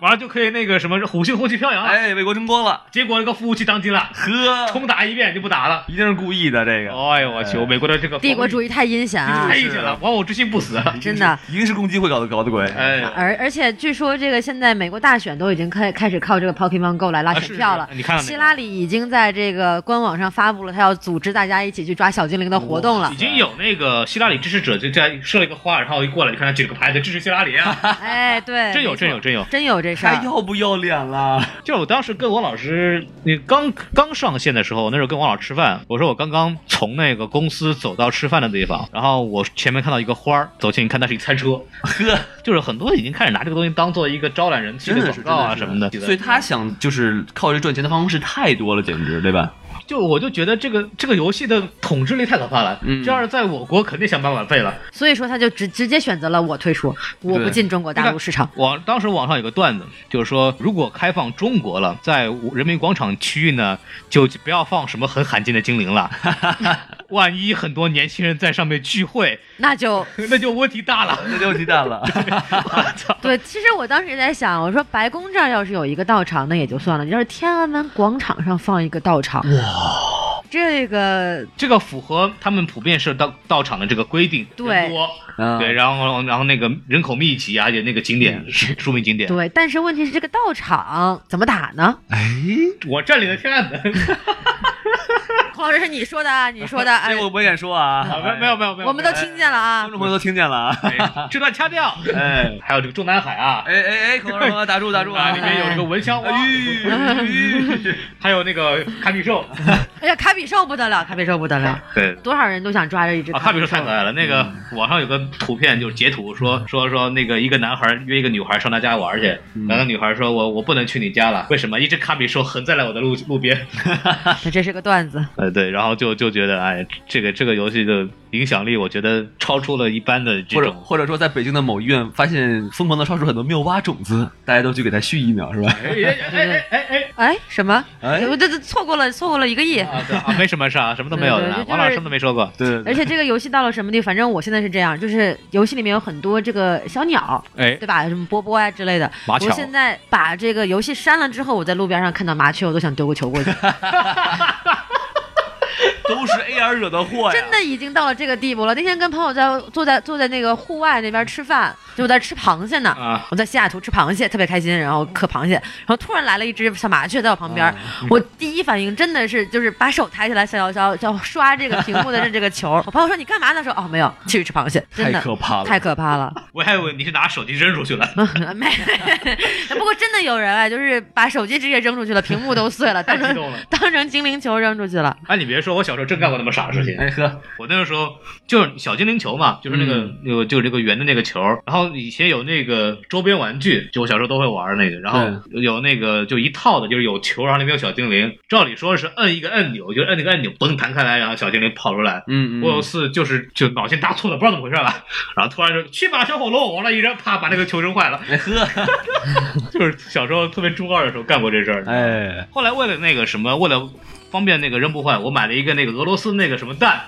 Speaker 7: 马上就可以那个什么虎星红旗飘扬了。
Speaker 4: 哎，为国争光了，
Speaker 7: 结果那个服务器当机了，
Speaker 4: 呵，
Speaker 7: 冲打一遍就不打了。
Speaker 4: 一定是故意的这个，
Speaker 7: 哎呦我去，我美国的这个
Speaker 5: 帝国主
Speaker 7: 义
Speaker 5: 义太阴险啊
Speaker 7: 太！阴险了，亡我之心不死。啊
Speaker 5: 真的，啊
Speaker 4: 一定是攻击会搞的搞的鬼。
Speaker 7: 哎，
Speaker 5: 而而且据说这个现在美国大选都已经开开始靠这个 Pokemon Go 来拉
Speaker 7: 啊
Speaker 5: 选票了。
Speaker 7: 是是你看到没有
Speaker 5: 希拉里已经在这个官网上发布了，他要组织大家一起去抓小精灵的活动了
Speaker 7: 已。经有那个希拉里支持者就在设了一个花，然后一过来就看他举了个牌子支持希拉里啊。
Speaker 5: 哎，对，
Speaker 7: 真有哎
Speaker 5: 没错
Speaker 7: 真有真有
Speaker 5: 真有这事
Speaker 4: 还
Speaker 5: 儿。
Speaker 4: 要不要脸了？
Speaker 7: 就是我当时跟王老师，你刚刚上线的时候，那时候跟王老师吃饭，我说我刚刚从那个公司走到吃饭的地方，然后我前面看到一个花儿，走近一看，那是一餐车，
Speaker 4: 呵，
Speaker 7: 就是很多已经开始拿这个东西当做一个招揽人气
Speaker 4: 真的
Speaker 7: 的
Speaker 4: 是
Speaker 7: 广告啊什么的，
Speaker 4: 所以他想就是靠这赚钱的方式太多了，简直对 吧？
Speaker 7: 就我就觉得这个这个游戏的统治力太可怕了，
Speaker 4: 嗯
Speaker 7: 这要是在我国肯定想办法废了。
Speaker 5: 所以说，他就直直接选择了我退出，我不
Speaker 4: 对
Speaker 5: 进中国大陆市 场。
Speaker 7: 网当时网上有个段子，就是说如果开放中国了，在人民广场区域呢，就不要放什么很罕见的精灵了，万一很多年轻人在上面聚会，
Speaker 5: 那就
Speaker 7: 那就问题大了。
Speaker 4: 那就鸡蛋了，
Speaker 5: 对，其实我当时也在想，我说白宫这儿要是有一个道场，那也就算了；要是天安门广场上放一个道场，哇，这个
Speaker 7: 这个符合他们普遍是到到场的这个规定，
Speaker 5: 对
Speaker 7: 人多
Speaker 4: 嗯
Speaker 7: 对，然后然后那个人口密集，而且那个景点是著名景点，
Speaker 5: 对。但是问题是，这个道场怎么打呢？
Speaker 7: 我占领了天安门，
Speaker 5: 孔 老师是你说的，啊，你说的， 哎
Speaker 4: 这，我不敢说啊，
Speaker 7: 啊 没有没有没有没有，
Speaker 5: 我们都听见了啊
Speaker 4: 观。众朋友都听见了啊。
Speaker 7: 哎这段掐掉，
Speaker 4: 哎
Speaker 7: 还有这个中南海啊，
Speaker 4: 哎哎哎，口罩 打住打住
Speaker 7: 啊
Speaker 4: 啊！
Speaker 7: 里面有这个蚊香蛙， 还有那个卡比兽，
Speaker 5: 哎呀，卡比兽不得了，卡比兽不得了，
Speaker 7: 对。
Speaker 5: 多少人都想抓着一只
Speaker 7: 啊，卡比
Speaker 5: 比
Speaker 7: 兽太可爱了。那个
Speaker 5: 嗯
Speaker 7: 网上有个图片，就是截图说说说那个一个男孩约一个女孩上他家玩去，
Speaker 5: 嗯
Speaker 7: 然后女孩说我我不能去你家了，为什么？一只卡比兽横在了我的路 路边。
Speaker 5: 这这是个段子。
Speaker 7: 呃，对，然后就就觉得，哎，这个这个游戏的影响力，我觉得超出了一般的这
Speaker 4: 或者
Speaker 7: 种。
Speaker 4: 或者说，在北京的某医院发现疯狂的烧出很多妙蛙种子，大家都去给它续疫苗， 是吧？
Speaker 7: 哎哎哎 哎
Speaker 5: 哎，什么？
Speaker 4: 哎
Speaker 5: 我这这错过了，错过了一个亿。
Speaker 7: 哎！啊，对啊，没什么事啊，什么都没有
Speaker 5: 对对
Speaker 7: 的
Speaker 5: 就，
Speaker 7: 王老师
Speaker 5: 是
Speaker 7: 什么都没说过。
Speaker 4: 对，
Speaker 5: 而且这个游戏到了什么地，反正我现在是这样，就是游戏里面有很多这个小鸟，
Speaker 7: 哎，
Speaker 5: 对吧？什么波波啊之类的。
Speaker 7: 麻雀
Speaker 5: 我现在把这个游戏删了之后，我在路边上看到麻雀，我都想丢个球过去。
Speaker 4: 都是 AR 惹的祸呀！
Speaker 5: 真的已经到了这个地步了。那天跟朋友在坐在坐在那个户外那边吃饭，就我在吃螃蟹呢。
Speaker 7: 啊
Speaker 5: 我在西雅图吃螃蟹，特别开心，然后嗑螃蟹，然后突然来了一只小麻雀在我旁边，我第一反应真的是就是把手抬起来，想要想要想要刷这个屏幕的这这个 球。我朋友说你干嘛呢？说哦没有，继续吃螃蟹，真的
Speaker 4: 太可怕了
Speaker 5: 太可怕了。
Speaker 7: 我还以为你是拿手机扔出去了。
Speaker 5: 没，不过真的有人啊，就是把手机直接扔出去了，屏幕都碎了，当
Speaker 7: 太激
Speaker 5: 成
Speaker 7: 动了
Speaker 5: 当成精灵球扔出去了。
Speaker 7: 哎，你别说，我小时时候真干过那么傻的事情。
Speaker 4: 哎呵，
Speaker 7: 我那个时候就是小精灵球嘛，就是那个、那个就是那个圆的那个球，然后以前有那个周边玩具，就我小时候都会玩那个，然后有那个就一套的，就是有球，然后里面有小精灵。照理说是摁一个按钮，就摁那个按钮，嘣弹开来，然后小精灵跑出来。
Speaker 4: 嗯嗯，
Speaker 7: 我有次就是就脑筋搭错了，不知道怎么回事了，然后突然就去吧小火龙，往那一扔，啪把那个球扔坏了。
Speaker 4: 哎呵，
Speaker 7: 就是小时候特别中二的时候干过这事儿。
Speaker 4: 哎，
Speaker 7: 后来为了那个什么，为了方便那个扔不坏，我买了一个那个俄罗斯那个什么 蛋，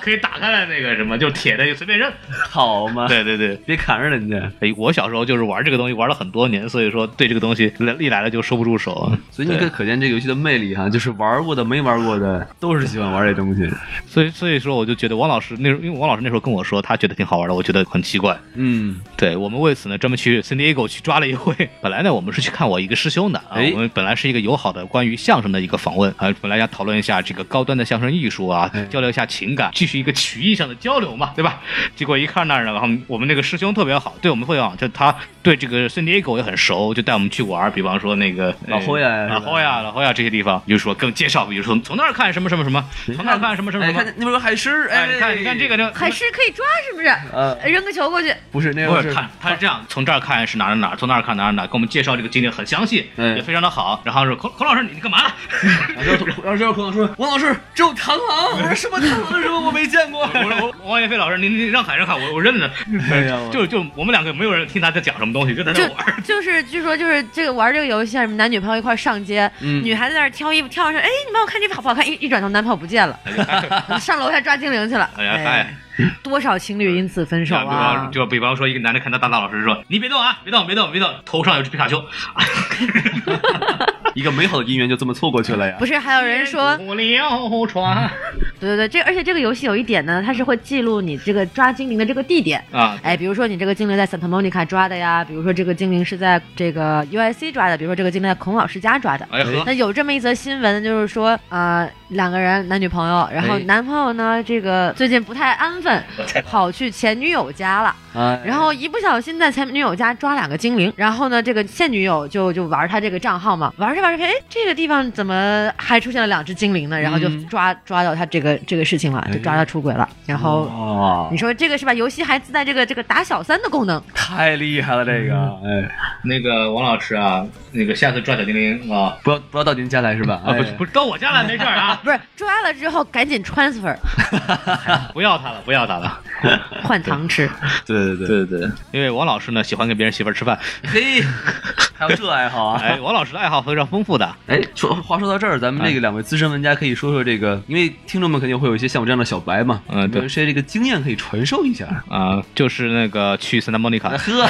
Speaker 7: 可以打开来那个什么，就是铁的就随便扔。
Speaker 4: 好嘛，
Speaker 7: 对对对，
Speaker 4: 别砍着人家。
Speaker 7: 哎，我小时候就是玩这个东西玩了很多年，所以说对这个东西一来了就收不住手。
Speaker 4: 所以你可可见这个游戏的魅力哈，就是玩过的、没玩过的，都是喜欢玩这东西。
Speaker 7: 所以所以说我就觉得王老师那时候，因为王老师那时候跟我说他觉得挺好玩的，我觉得很奇怪。
Speaker 4: 嗯，
Speaker 7: 对我们为此呢专门去 San Diego 去抓了一回。 本来呢我们是去看我一个师兄的啊，
Speaker 4: 哎
Speaker 7: 我们本来是一个友好的关于相声的一个访问啊，本来想讨论一下这个高端的相声艺术啊
Speaker 4: 哎，
Speaker 7: 交流一下情感，继续一个曲艺上的交流嘛，对吧？结果一看那儿呢，然后我们那个师兄特别好，对我们会好，就他对这个 San Diego 也很熟，就带我们去玩儿，比方说那个哎
Speaker 4: 老侯呀是吧
Speaker 7: 老侯呀、老侯啊呀这些地方，比如说更介绍，比如说从那儿看什么什么什么，从那儿看什么什么
Speaker 4: 哎，
Speaker 7: 什么
Speaker 4: 看。那边有海狮，
Speaker 7: 哎，
Speaker 4: 哎，
Speaker 7: 你看，你看这
Speaker 4: 个，
Speaker 7: 个，这个
Speaker 5: 还是可以抓，是不是？
Speaker 4: 呃，
Speaker 5: 扔个球过去，
Speaker 4: 不是那
Speaker 7: 不
Speaker 4: 个
Speaker 7: 是，他他是这样，从这儿看是哪儿哪儿，从那儿看哪儿哪儿，给我们介绍这个景点很详细，
Speaker 4: 嗯
Speaker 7: 也非常的好。然后是孔孔老师，你你干嘛 呢？
Speaker 4: 然后这朋友说，王老师，这有螳螂，我说什么螳螂什么我没见过。
Speaker 7: 我说我王岳飞老师，您您让海上看，我我认得。
Speaker 4: 哎呀我
Speaker 7: 就就我们两个没有人听他在讲什么东西，就在那玩儿。
Speaker 5: 就是据说就是这个玩这个游戏，什么男女朋友一块儿上街，
Speaker 4: 嗯
Speaker 5: 女孩子在那儿挑衣服，挑上去，哎，你帮我看这好不好看？一一转头，男朋友不见了， 上楼下抓精灵去了。
Speaker 7: 哎哎呀嗨，
Speaker 5: 多少情侣因此分手啊
Speaker 7: 就！就比方说一个男的看到大大老师说：“你别动啊，别动，别动，别动，头上有只皮卡丘。
Speaker 4: 一个美好的姻缘就这么错过去了呀
Speaker 7: 啊
Speaker 5: 不。是，还有”人说，
Speaker 7: 不了船
Speaker 5: 对对对，这而且这个游戏有一点呢，它是会记录你这个抓精灵的这个地点。
Speaker 7: 啊，
Speaker 5: 哎，比如说你这个精灵在 Santa Monica 抓的呀，比如说这个精灵是在这个 UIC 抓的，比如说这个精灵在孔老师家抓的。
Speaker 7: 哎呵
Speaker 5: 那，有这么一则新闻，就是说，呃，两个人男女朋友，然后
Speaker 4: 哎
Speaker 5: 男朋友呢，这个最近不太安 分，
Speaker 7: 我猜
Speaker 5: 跑去前女友家了，
Speaker 4: 哎
Speaker 5: 然后一不小心在前女友家抓两个精灵，然后呢，这个现女友就就玩他这个账号嘛，玩着玩着，哎，这个地方怎么还出现了两只精灵呢？然后就
Speaker 4: 嗯哎
Speaker 5: 抓抓到他这个这个事情了，就抓他出轨了，然后。
Speaker 4: 哦
Speaker 5: 你，说这个是吧？游戏还自带这个这个打小三的功能，
Speaker 4: 太厉害了这个，哎，
Speaker 7: 那个王老师啊，那个下次抓小精灵啊，
Speaker 4: 不要不要到您家来是吧？
Speaker 7: 啊不是
Speaker 4: 哎
Speaker 7: 不是到我家来没事儿啊。
Speaker 5: 不是抓了之后赶紧 transfer
Speaker 7: 不要他了，不要他了。
Speaker 5: 换糖吃。
Speaker 4: 对对对，
Speaker 7: 对对，因为王老师呢喜欢跟别人媳妇儿吃饭，
Speaker 4: 嘿， 还有这爱好啊！
Speaker 7: 哎，王老师的爱好非常丰富的。
Speaker 4: 哎，说话说到这儿，咱们这个两位资深玩家可以说说这个，因为听众们肯定会有一些像我这样的小白嘛，
Speaker 7: 嗯对
Speaker 4: 有一些这个经验可以传授一 下。
Speaker 7: 啊、就是那个去 Santa
Speaker 4: 哎
Speaker 7: Monica，
Speaker 4: 呵，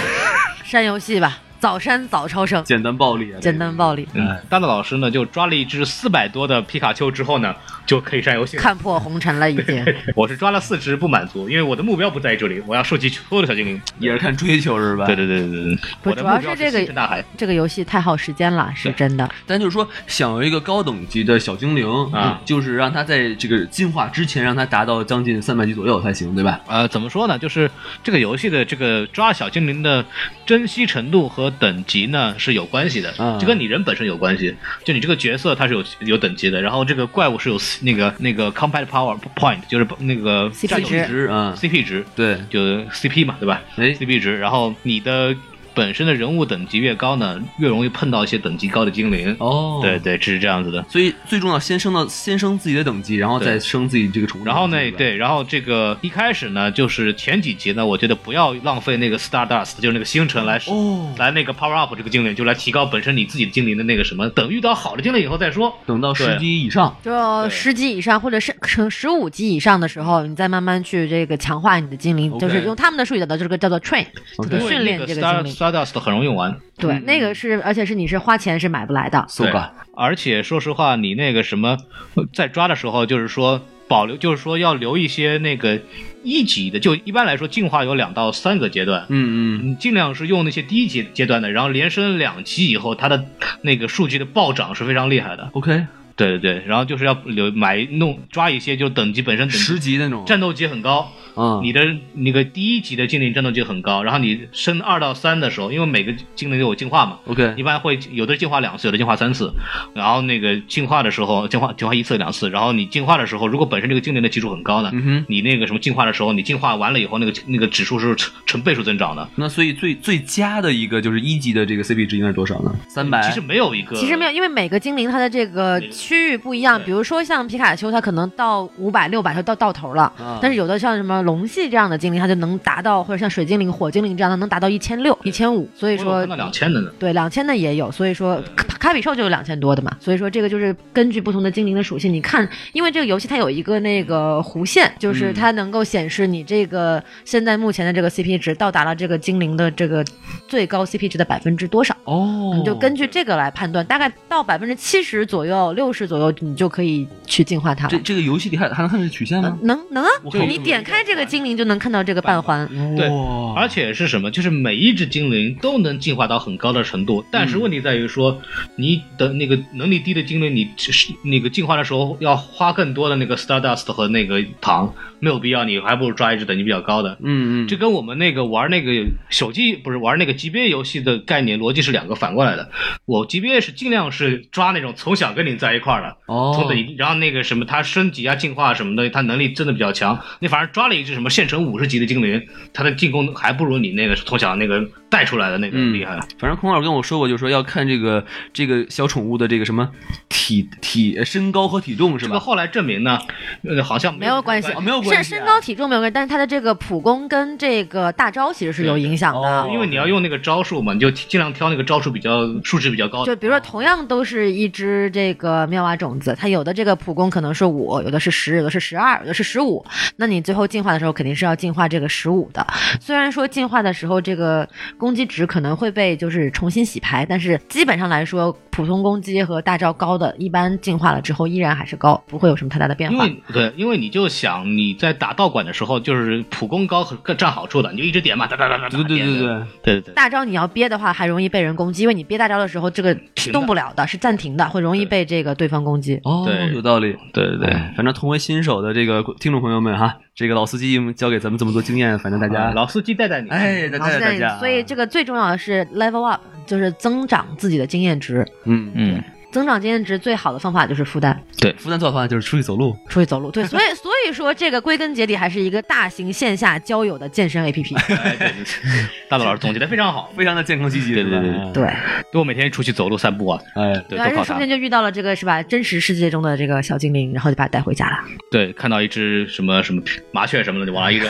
Speaker 5: 删游戏吧，早删早超生，
Speaker 4: 简单暴力啊！
Speaker 5: 简单暴力，
Speaker 7: 嗯，大大老师呢就抓了一只四百多的皮卡丘之后呢，就可以上游戏 了。
Speaker 5: 看破红尘了已经。
Speaker 7: 我是抓了四只不满足，因为我的目标不在这里，我要收集所有的小精灵。
Speaker 4: 也是看追求是吧？
Speaker 7: 对对对对对，
Speaker 5: 不
Speaker 7: 我的
Speaker 5: 主要
Speaker 7: 目
Speaker 5: 是
Speaker 7: 标
Speaker 5: 这个
Speaker 7: 星辰大海。
Speaker 5: 这个游戏太耗时间了，是真的。
Speaker 4: 但就是说，想有一个高等级的小精灵
Speaker 7: 啊
Speaker 4: 就是让它在这个进化之前，让它达到将近三百级左右才行，对吧？
Speaker 7: 呃，怎么说呢？就是这个游戏的这个抓小精灵的珍惜程度和等级呢是有关系的，
Speaker 4: 嗯
Speaker 7: 就跟你人本身有关系。就你这个角色它是有有等级的，然后这个怪物是有那个那个 combat power point，就是那个
Speaker 5: CP
Speaker 7: 战斗
Speaker 5: 值
Speaker 4: 值啊，
Speaker 7: CP 值，
Speaker 4: 对，
Speaker 7: 就 CP 嘛，对吧
Speaker 4: 哎，
Speaker 7: ？CP 值，然后你的本身的人物等级越高呢，越容易碰到一些等级高的精灵。
Speaker 4: 哦，
Speaker 7: 对。对，这是这样子的。
Speaker 4: 所以最重要，先升到先升自己的等级，然后再
Speaker 7: 对
Speaker 4: 升自己这个宠物等级。
Speaker 7: 然后呢，
Speaker 4: 吧，
Speaker 7: 对，然后这个一开始呢，就是前几集呢，我觉得不要浪费那个 Stardust，就是那个星辰来使、
Speaker 4: 哦
Speaker 7: 来那个 Power Up 这个精灵，就来提高本身你自己的精灵的那个什么，等遇到好的精灵以后再说。
Speaker 4: 等到十级以上，
Speaker 5: 就十级以上，或者是成十五级以上的时候，你再慢慢去这个强化你的精灵
Speaker 4: OK
Speaker 5: 就是用他们的术语叫做这个叫做 train，这
Speaker 4: OK
Speaker 5: 个训练
Speaker 7: 因
Speaker 5: 这个
Speaker 7: 为
Speaker 5: 精
Speaker 7: 那个 Star
Speaker 5: 灵。
Speaker 7: Stardust 很容易玩，
Speaker 5: 对，
Speaker 4: 嗯
Speaker 5: 那个是，而且是你是花钱是买不来的。
Speaker 4: 搜吧，
Speaker 7: 而且说实话，你那个什么，呃在抓的时候，就是说保留，就是说要留一些那个一级的，就一般来说进化有两到三个阶段。
Speaker 4: 嗯嗯，
Speaker 7: 你尽量是用那些低级阶段的，然后连升两级以后，它的那个数据的暴涨是非常厉害的。
Speaker 4: ，OK，
Speaker 7: 对对对，然后就是要留买弄抓一些就等级本身等级
Speaker 4: 十级那种，
Speaker 7: 战斗级很高，
Speaker 4: 嗯，
Speaker 7: 你的那个第一级的精灵战斗级很高，然后你升二到三的时候，因为每个精灵都有进化嘛，
Speaker 4: OK，
Speaker 7: 一般会有的进化两次，有的进化三次，然后那个进化的时候，进化进化一次两次，然后你进化的时候，如果本身这个精灵的级数很高呢，
Speaker 4: 嗯哼，
Speaker 7: 你那个什么进化的时候，你进化完了以后，那个那个指数是成成倍数增长的。
Speaker 4: 那所以最最佳的一个就是一级的这个 CP 值应该是多少呢？三百，
Speaker 7: 其实没有一个，
Speaker 5: 其实没有，因为每个精灵它的这个区域不一样，
Speaker 7: 对
Speaker 5: 比如说像皮卡丘，它可能到五百、六百就到到头了。
Speaker 4: 啊
Speaker 5: 但是有的像什么龙系这样的精灵，它就能达到，或者像水精灵、火精灵这样的，能达到一千六、一千五。所
Speaker 4: 哦
Speaker 5: 以
Speaker 7: 我
Speaker 5: 说
Speaker 7: 有看到，两千的呢。
Speaker 5: 对，两千的也有，所以说卡卡比兽就有两千多的嘛，所以说这个就是根据不同的精灵的属性，你看，因为这个游戏它有一个那个弧线，
Speaker 4: 嗯
Speaker 5: 就是它能够显示你这个现在目前的这个 CP 值到达了这个精灵的这个最高 CP 值的百分之多少，
Speaker 4: 哦，
Speaker 5: 你就根据这个来判断，大概到百分之七十左右、六十左右，你就可以去进化它
Speaker 4: 这
Speaker 5: 了。
Speaker 4: 这个游戏里还还能看这曲线
Speaker 5: 呃
Speaker 4: 吗？
Speaker 5: 能能啊
Speaker 4: 我，
Speaker 5: 就
Speaker 4: 靠
Speaker 5: 你点开这个精灵就能看到这个半环，
Speaker 7: 对
Speaker 4: 哇
Speaker 7: 而且是什么？就是每一只精灵都能进化到很高的程度，但是问题在于说，你的那个能力低的精灵，你只是那个进化的时候要花更多的那个 Stardust 和那个糖，没有必要，你还不如抓一只等级比较高的。
Speaker 4: 嗯嗯，
Speaker 7: 这跟我们那个玩那个手机不是玩那个 GBA 游戏的概念逻辑是两个反过来的。我 GBA 是尽量是抓那种从小跟你在一块儿的，
Speaker 4: 哦，
Speaker 7: 从等然后那个什么，他升级啊、进化什么的，他能力真的比较强。你反而抓了一只什么县城五十级的精灵，他的进攻还不如你那个从小那个带出来的那个
Speaker 4: 嗯
Speaker 7: 厉害。
Speaker 4: 反正孔老师跟我说过，就是说要看这个这个小宠物的这个什么体体呃身高和体重是
Speaker 7: 这个
Speaker 4: 吧？
Speaker 7: 后来证明呢，呃，好像
Speaker 5: 没有关系
Speaker 7: 什么
Speaker 4: 啊，没有
Speaker 5: 是
Speaker 4: 关系啊，
Speaker 5: 身高体重没有关系，但是它的这个普攻跟这个大招其实是有影响的。
Speaker 4: 哦
Speaker 7: 因为你要用那个招数嘛，你就尽量挑那个招数比较数值比较高的。
Speaker 5: 就比如说，同样都是一只这个妙蛙种子，它有的这个普攻可能是五，有的是十，有的是十二，有的是十五。那你最后进化的时候，肯定是要进化这个十五的。虽然说进化的时候这个攻击值可能会被就是重新洗牌，但是基本上来说，普通攻击和大招高的，一般进化了之后依然还是高，不会有什么太大的变
Speaker 7: 因
Speaker 5: 化。
Speaker 7: 为对，因为你就想你在打道馆的时候，就是普攻高很更占好处的，你就一直点嘛，哒哒哒哒哒。
Speaker 4: 对对对
Speaker 7: 点
Speaker 4: 对对，
Speaker 7: 对对对。
Speaker 5: 大招你要憋的话，还容易被人攻击，因为你憋大招的时候，这个是
Speaker 7: 停的
Speaker 5: 动不了的，是暂停的，会容易被这个对方攻击。
Speaker 4: 哦，
Speaker 7: 对
Speaker 4: 有道理。
Speaker 7: 对对对，
Speaker 4: 哎反正同为新手的这个听众朋友们哈，这个老司机们教给咱们这么多经验，反正大
Speaker 7: 啊
Speaker 4: 家
Speaker 7: 老司机带带你，
Speaker 4: 哎，大
Speaker 5: 老师
Speaker 4: 家
Speaker 5: 带
Speaker 4: 大
Speaker 5: 你
Speaker 4: 家，
Speaker 5: 所以这个最重要的是 level up，就是增长自己的经验值。
Speaker 4: 嗯嗯，
Speaker 7: 嗯，
Speaker 5: 增长经验值最好的方法就是复旦，
Speaker 4: 复旦做好饭就是出去走路，
Speaker 5: 出去走路。对，所 以所以说这个归根结底还是一个大型线下交友的健身 APP。
Speaker 7: 哎对对对大陆老师总结的非常好。
Speaker 4: 非常的健康积极，
Speaker 7: 对
Speaker 4: 是吧
Speaker 7: 对对
Speaker 5: 对，
Speaker 7: 我每天出去走路散步啊，
Speaker 4: 哎，
Speaker 7: 对，
Speaker 5: 而
Speaker 7: 都
Speaker 5: 且
Speaker 7: 靠
Speaker 5: 说不
Speaker 7: 它
Speaker 5: 定。就遇到了这个是吧？真实世界中的这个小精灵，然后就把它带回家了。
Speaker 7: 对，看到一只什么什么麻雀什么的，就往那一扔，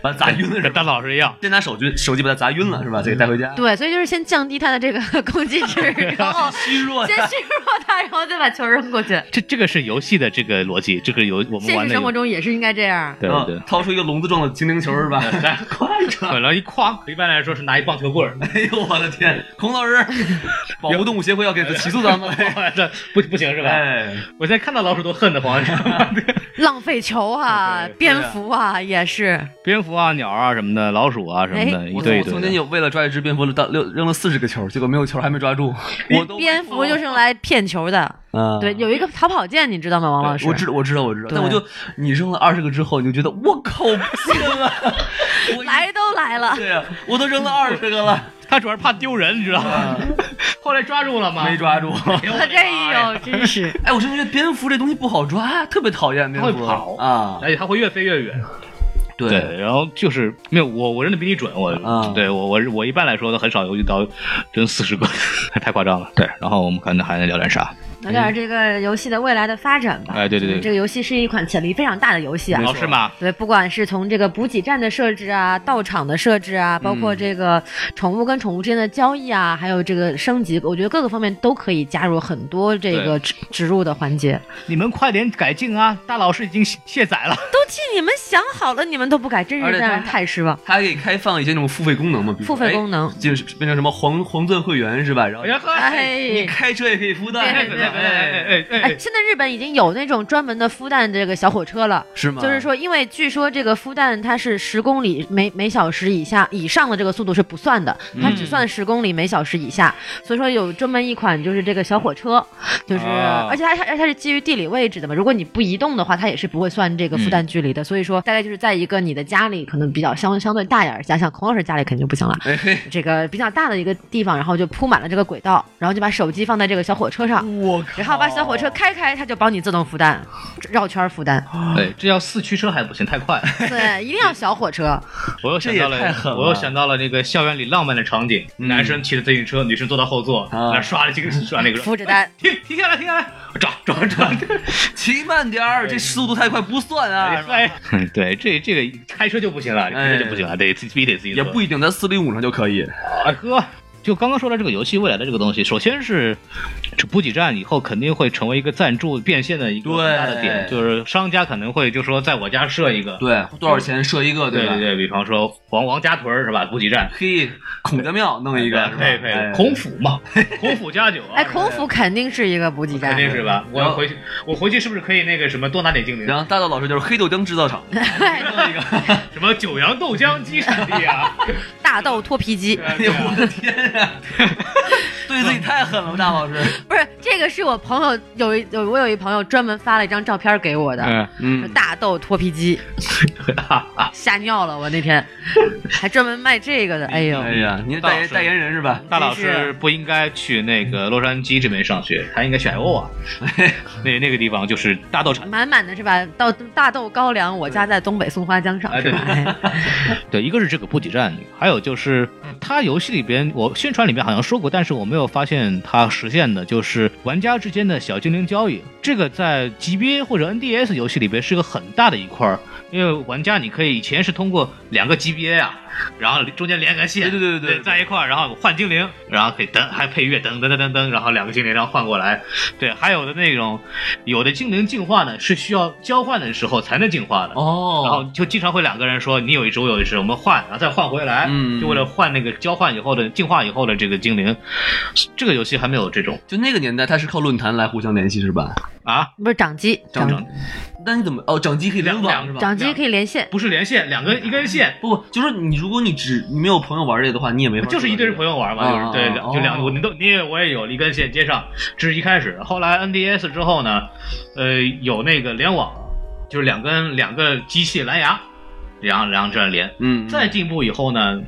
Speaker 4: 把它砸晕了是吧？
Speaker 7: 跟 大老师一样。
Speaker 4: 先拿手机手机把它砸晕了是吧？这个带回家，
Speaker 5: 对，所以就是先降低它的这个 攻击值，然后
Speaker 4: 虚弱
Speaker 5: 先
Speaker 4: 的，
Speaker 5: 削弱它，然后再把球扔过去。
Speaker 7: 这这个是游戏的这个逻辑，这个游我 们
Speaker 5: 现
Speaker 7: 玩
Speaker 5: 实
Speaker 7: 的
Speaker 5: 生活
Speaker 7: 游，
Speaker 5: 中也是应该这样。
Speaker 7: 对
Speaker 4: 然
Speaker 7: 对
Speaker 4: 后
Speaker 7: 对。
Speaker 4: 啊掏出一个笼子状的精灵球是吧？ 快点！
Speaker 7: 可能一框，一啊般来说是拿一棒球 棍儿，
Speaker 4: 哎呦我的天，孔老师，保护动物协会要给起诉咱们。
Speaker 7: 这不不行是吧？
Speaker 4: 哎，
Speaker 7: 我现在看到老鼠都恨得慌。
Speaker 5: 浪费球啊
Speaker 7: 对，对
Speaker 5: 蝙蝠啊，也是。
Speaker 7: 蝙蝠啊、鸟啊什么的，老鼠啊什么的，一
Speaker 4: 我
Speaker 7: 堆一
Speaker 4: 我曾
Speaker 7: 堆
Speaker 4: 经
Speaker 7: 的。
Speaker 4: 有为了抓一只蝙蝠到六扔了四十个球，结果没有球还没抓住。我都
Speaker 5: 蝙蝠就是用来骗球的。
Speaker 4: 啊，
Speaker 5: 对，有一个逃跑键，你知道吗，王老师？
Speaker 4: 我知我知道我知道，
Speaker 5: 对
Speaker 4: 但我就你扔了二十个之后，你就觉得我靠，我不信了， 我
Speaker 5: 来都来 了，
Speaker 4: 对呀，我都扔了二十个了，
Speaker 7: 他主要是怕丢人，你知道吗？ 后来抓住了吗？
Speaker 4: 啊没抓住。
Speaker 5: 嗯
Speaker 7: 哎呦。我的妈
Speaker 5: 哎
Speaker 7: 呀
Speaker 5: 呦，真 是。
Speaker 4: 哎，我真觉得蝙蝠这东西不好抓，特别讨厌蝙蝠。
Speaker 7: 它会跑
Speaker 4: 啊，
Speaker 7: 而且哎它会越飞越远。对，然后就是没有我，我扔的比你准，我、
Speaker 4: 啊
Speaker 7: 对我我我一般来说都很少游戏到扔四十个， 太夸张了。对，然后我们可能还能聊点啥？
Speaker 5: 聊点这个游戏的未来的发展吧。
Speaker 7: 哎对对对
Speaker 5: 这个游戏是一款潜力非常大的游戏啊。
Speaker 7: 老师嘛，
Speaker 5: 对，不管是从这个补给站的设置啊、道场的设置啊，包
Speaker 4: 嗯
Speaker 5: 括这个宠物跟宠物之间的交易啊，还有这个升级，我觉得各个方面都可以加入很多这个植植入的环节。
Speaker 7: 你们快点改进啊！大老师已经卸卸载了。
Speaker 5: 都替你们想好了，你们都不改，真
Speaker 4: 而
Speaker 5: 是
Speaker 4: 且
Speaker 5: 让人
Speaker 4: 它
Speaker 5: 太失望。
Speaker 4: 它还可以开放一些那种付费功能嘛，比如
Speaker 5: 付费功能
Speaker 4: 哎就是变成什么黄黄钻会员是吧？然后
Speaker 7: 哎呀呵，
Speaker 5: 哎
Speaker 4: 你开车也可以孵蛋，
Speaker 5: 对
Speaker 4: 是
Speaker 5: 对
Speaker 4: 吧
Speaker 7: 哎哎哎，
Speaker 5: 现在日本已经有那种专门的孵蛋这个小火车了。
Speaker 4: 是吗？
Speaker 5: 就是，说，因为据说这个孵蛋它是十公里每每小时以下以上的这个速度是不算的，
Speaker 4: 嗯
Speaker 5: 它只算十公里每小时以下。所以说有专门一款就是这个小火车，就是、
Speaker 4: 哦
Speaker 7: 啊
Speaker 5: 而且它它而且它是基于地理位置的嘛，如果你不移动的话，它也是不会算这个孵蛋距
Speaker 4: 嗯
Speaker 5: 离的。所以说大概就是在一个你的家里可能比较相相对大一点儿家，像孔老师家里肯定就不行了，
Speaker 4: 哎 嘿，
Speaker 5: 这个比较大的一个地方，然后就铺满了这个轨道，然后就把手机放在这个小火车上。
Speaker 4: 我靠
Speaker 5: 然后把小火车开开，它就帮你自动孵蛋，绕圈儿孵蛋。
Speaker 7: 对，哎这要四驱车还不行，太 快。
Speaker 5: 对，一定要小火车。
Speaker 7: 我又想到
Speaker 4: 这也太
Speaker 7: 了
Speaker 4: 狠，了
Speaker 7: 我又想到了那个校园里浪漫的场景，
Speaker 4: 嗯
Speaker 7: 男生骑着自行车，女生坐到后座，
Speaker 4: 啊
Speaker 7: 那刷了这个刷 那个，
Speaker 5: 扶着单
Speaker 7: 停停下来，停下来，抓抓抓。
Speaker 4: 骑慢点儿，这速度太快不算啊，是吧
Speaker 7: 哎，对，这这个开车就不行
Speaker 4: 哎
Speaker 7: 了，开车就不行了，得自己必须得自己
Speaker 4: 也不一定在四零五上就可以。
Speaker 7: 啊哥。就刚刚说到这个游戏未来的这个东西，首先是这补给站以后肯定会成为一个赞助变现的一个很大的点，
Speaker 4: 对
Speaker 7: 就是商家可能会就说在我家设一个，
Speaker 4: 对，多少钱设一个，
Speaker 7: 对
Speaker 4: 吧
Speaker 7: 对？对，比方说王王家屯儿是吧？补给站，
Speaker 4: 嘿，孔家庙弄一个，是吧
Speaker 7: 对对，
Speaker 4: 哎
Speaker 7: 孔府嘛，孔府加酒啊，
Speaker 5: 哎，孔府肯定是一个补给站
Speaker 7: 肯。定是吧？
Speaker 4: 然
Speaker 7: 我
Speaker 4: 后
Speaker 7: 回去，我回去是不是可以那个什么多拿点精灵
Speaker 4: 然？后大道老师就是黑豆浆制造厂，弄一个，
Speaker 7: 什么九阳豆浆鸡产地啊？
Speaker 5: 大豆脱皮机，
Speaker 7: 对啊
Speaker 4: 哎
Speaker 7: 对
Speaker 4: 呦
Speaker 7: 啊
Speaker 4: 我的天啊，对自己太狠了，大老师。
Speaker 5: 不是这个是我朋友有一有我有一朋友专门发了一张照片给我的，
Speaker 7: 嗯，
Speaker 5: 说
Speaker 4: 嗯，
Speaker 5: 大豆脱皮 机，吓尿了我那天，还专门卖这个的，哎呦，
Speaker 4: 哎呀，您代言代言人是吧？
Speaker 7: 大老师不应该去那个洛杉矶这边上学，他应该选欧啊， 那那个地方就是大豆产。
Speaker 5: 满满的是吧？到大豆高粱，我家在东北松花江上
Speaker 7: 哎
Speaker 5: 是吧？哎
Speaker 7: 对，一个是这个补给站，还有就是
Speaker 4: 嗯
Speaker 7: 它游戏里边，我宣传里面好像说过，但是我没有发现它实现的，就是玩家之间的小精灵交易。这个在 GBA 或者 NDS 游戏里边是个很大的一块儿，因为玩家你可以以前是通过两个 GBA 啊，然后中间连个线，
Speaker 4: 对对对对对
Speaker 7: 在一块儿，然后换精灵，然后可以噔，还配乐噔噔噔噔噔，然后两个精灵然后换过来。对，还有的那种有的精灵进化呢是需要交换的时候才能进化的。然后
Speaker 4: 哦，
Speaker 7: 就经常会两个人说你有一只我有一只，我们换，然后再换回来，
Speaker 4: 嗯
Speaker 7: 就为了换那个交换以后的进化以后的这个精灵。这个游戏还没有这种
Speaker 4: 就那个年代，他是靠论坛来互相联系是吧？
Speaker 7: 啊，
Speaker 5: 不是掌 机，
Speaker 7: 长
Speaker 5: 掌
Speaker 7: 长
Speaker 4: 那你怎么哦，掌机可以联
Speaker 7: 两
Speaker 4: 网是吧？
Speaker 5: 掌机可以连线，
Speaker 7: 不是连线，两个一根线，
Speaker 4: 不，就说你如果你只你没有朋友玩这个的话，你也没法
Speaker 7: 就是一堆朋
Speaker 4: 友。
Speaker 7: 友玩嘛，就是
Speaker 4: 啊
Speaker 7: 对，
Speaker 4: 啊
Speaker 7: 两就两
Speaker 4: 哦
Speaker 7: 我你都你也我也有一根线接上，这是一开始，后来 NDS 之后呢，呃，有那个联网，就是两根两个机器蓝牙，然后然后这样连。
Speaker 4: 嗯，
Speaker 7: 再进步以后呢，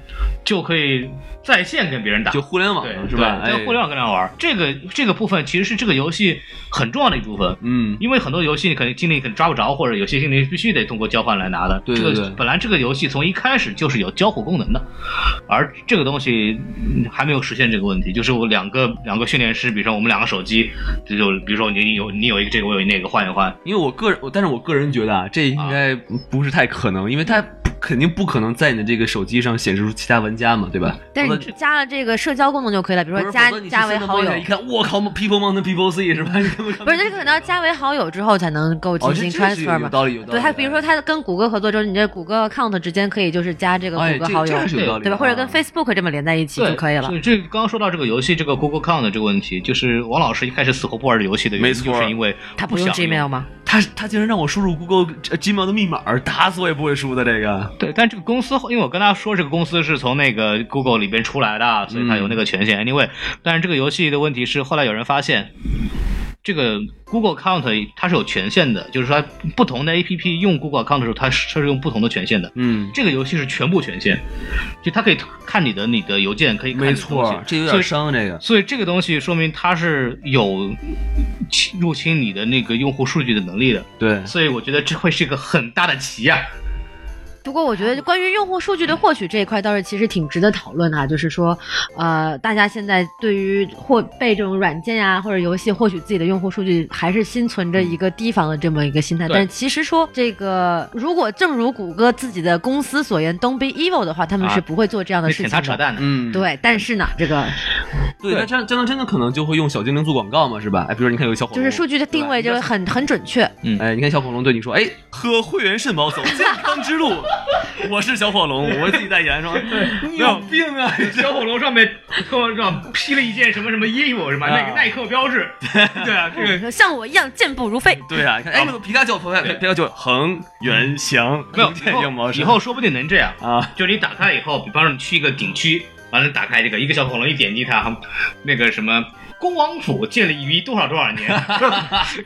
Speaker 7: 就可以在线跟别人打，
Speaker 4: 就互联网
Speaker 7: 对，
Speaker 4: 是吧？
Speaker 7: 对在
Speaker 4: 哎
Speaker 7: 互联网跟他玩儿，这个这个部分其实是这个游戏很重要的一部分。
Speaker 4: 嗯，
Speaker 7: 因为很多游戏你可能精灵可能抓不着，或者有些精灵必须得通过交换来拿的。
Speaker 4: 对对
Speaker 7: 这个
Speaker 4: 对
Speaker 7: 本来这个游戏从一开始就是有交互功能的，而这个东西嗯还没有实现这个问题。就是我两个两个训练师，比如说我们两个手机，这就比如说你你有你有一个这个，我有那个换一换。
Speaker 4: 因为我个人，我但是我个人觉得啊，这应该不是太可能，因为它肯定不可能在你的这个手机上显示出其他玩家嘛，对吧？
Speaker 5: 但是
Speaker 4: 否
Speaker 5: 你
Speaker 4: 则
Speaker 5: 加了这个社交功能就可以了，比如
Speaker 4: 不
Speaker 5: 说
Speaker 4: 是
Speaker 5: 加
Speaker 4: 否则你去
Speaker 5: 加为
Speaker 4: 新的
Speaker 5: 好
Speaker 4: 朋
Speaker 5: 友
Speaker 4: 友，一看，我靠，People Mountain People Sea 是吧？你 根本看
Speaker 5: 不是，这
Speaker 4: 见
Speaker 5: 可能要加为好友之后才能够
Speaker 4: 哦，
Speaker 5: 进
Speaker 4: 这
Speaker 5: 行
Speaker 4: 这是
Speaker 5: transfer
Speaker 4: 有
Speaker 5: 嘛？
Speaker 4: 道理，有道理。
Speaker 5: 对，他比如说他跟谷歌合作之后，你这谷歌 account 之间可以就是加这个
Speaker 4: 哎，
Speaker 5: 谷
Speaker 4: 这
Speaker 5: 歌好友
Speaker 4: 这，是有道理
Speaker 5: 对
Speaker 4: 的，
Speaker 5: 吧？或者跟
Speaker 4: 啊
Speaker 5: Facebook 这么连在一起
Speaker 7: 对
Speaker 5: 就可以了
Speaker 7: 所。以这个刚刚说到这个游戏，这个 Google Count 的这个问题，就是王老师一开始死活不玩这游戏的原因，
Speaker 4: 没错
Speaker 7: 就是因为
Speaker 5: 他
Speaker 7: 不
Speaker 5: 不用
Speaker 7: 想
Speaker 5: Gmail 吗？
Speaker 4: 他他竟然让我输入 Google 呃 Gmail 的密码，打死我也不会输的这个。
Speaker 7: 对，但这个公司，因为我跟大家说，这个公司是从那个 Google 里边出来的，所以它有那个权限。anyway，但是这个游戏的问题是，后来有人发现，这个 Google Account 它是有权限的，就是说不同的 APP 用 Google Account 的时候，它是它是用不同的权限的。
Speaker 4: 嗯，
Speaker 7: 这个游戏是全部权限，就它可以看你的你的邮件，可以看
Speaker 4: 没
Speaker 7: 你的东西
Speaker 4: 错，这有
Speaker 7: 所
Speaker 4: 点
Speaker 7: 以
Speaker 4: 伤啊这个。
Speaker 7: 所以这个东西说明它是有侵入侵你的那个用户数据的能力的，
Speaker 4: 对，
Speaker 7: 所以我觉得这会是一个很大的棋啊呀、
Speaker 5: 不过我觉得关于用户数据的获取这一块倒是其实挺值得讨论哈、就是说，呃，大家现在对于获被这种软件呀、或者游戏获取自己的用户数据，还是心存着一个提防的这么一个心态。
Speaker 7: 对
Speaker 5: 但是其实说这个，如果正如谷歌自己的公司所言，“Don't be evil” 的话，他们
Speaker 7: 啊
Speaker 5: 是不会做这样的
Speaker 7: 你
Speaker 5: 事
Speaker 7: 舔
Speaker 5: 情
Speaker 7: 他
Speaker 5: 的。
Speaker 7: 扯淡呢。
Speaker 4: 嗯，
Speaker 5: 对，但是呢，这个
Speaker 4: 对，
Speaker 7: 对
Speaker 4: 那这样这样真的可能就会用小精灵做广告嘛，是吧？哎，比如说你看有个小火
Speaker 5: 就
Speaker 4: 龙，
Speaker 5: 是数据的定位就会很很准确。
Speaker 4: 哎，你看小火龙对你说，哎，喝会员肾宝走健康之路， 我是小火龙，我自己代 言说，你有病啊！
Speaker 3: 小火龙上面我上披了一件什么什么衣服是吧？
Speaker 4: 啊
Speaker 3: 那个耐克标 志，对啊，这个
Speaker 5: 嗯像我一样健步如飞，
Speaker 4: 对啊，你看，哎，那个皮卡丘，皮卡皮卡丘，恒源祥，
Speaker 3: 没有
Speaker 5: 哦
Speaker 4: 这羊毛
Speaker 3: 以后说不定能这样，
Speaker 4: 啊，
Speaker 3: 就是你打开以后，比方说你去一个景区，完了打开这个一个小恐龙，一点击它，那个什么。恭王府建立于多少多少 年，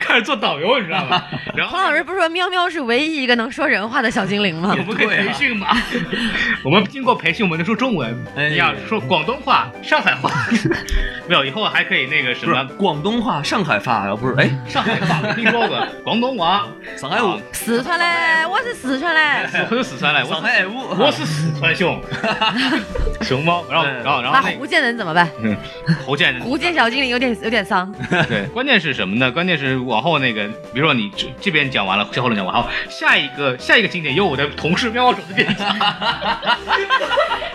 Speaker 3: 开始做导游，你知 道吗？然后
Speaker 5: 黄老师不是说喵喵是唯一一个能说人话的小精灵吗
Speaker 3: 我？们可以培训嘛？ 我们经过培训，我们能说中文，
Speaker 4: 哎
Speaker 3: 你要说广东话、上海 话，没有，以后还可以那个什
Speaker 4: 不是
Speaker 3: 么
Speaker 4: 广东话，上海话，不是？哎，
Speaker 3: 上海话，没听说过广东话，
Speaker 4: 上海话，
Speaker 5: 四川嘞，我是四川嘞，
Speaker 3: 很有四川嘞，我
Speaker 4: 上
Speaker 3: 是
Speaker 4: 海话，
Speaker 3: 我是四川熊，熊猫，然后
Speaker 4: 对
Speaker 3: 然后然
Speaker 5: 那
Speaker 3: 后那
Speaker 5: 福建人怎么办？
Speaker 3: 个侯建
Speaker 5: 福建小精灵有点有点 丧，
Speaker 7: 对，
Speaker 3: 关键是什么呢？关键是往后那个，比如说你这这边讲完了，小火龙讲完，好，下一个下一个景点由我的同事喵喵主给你讲。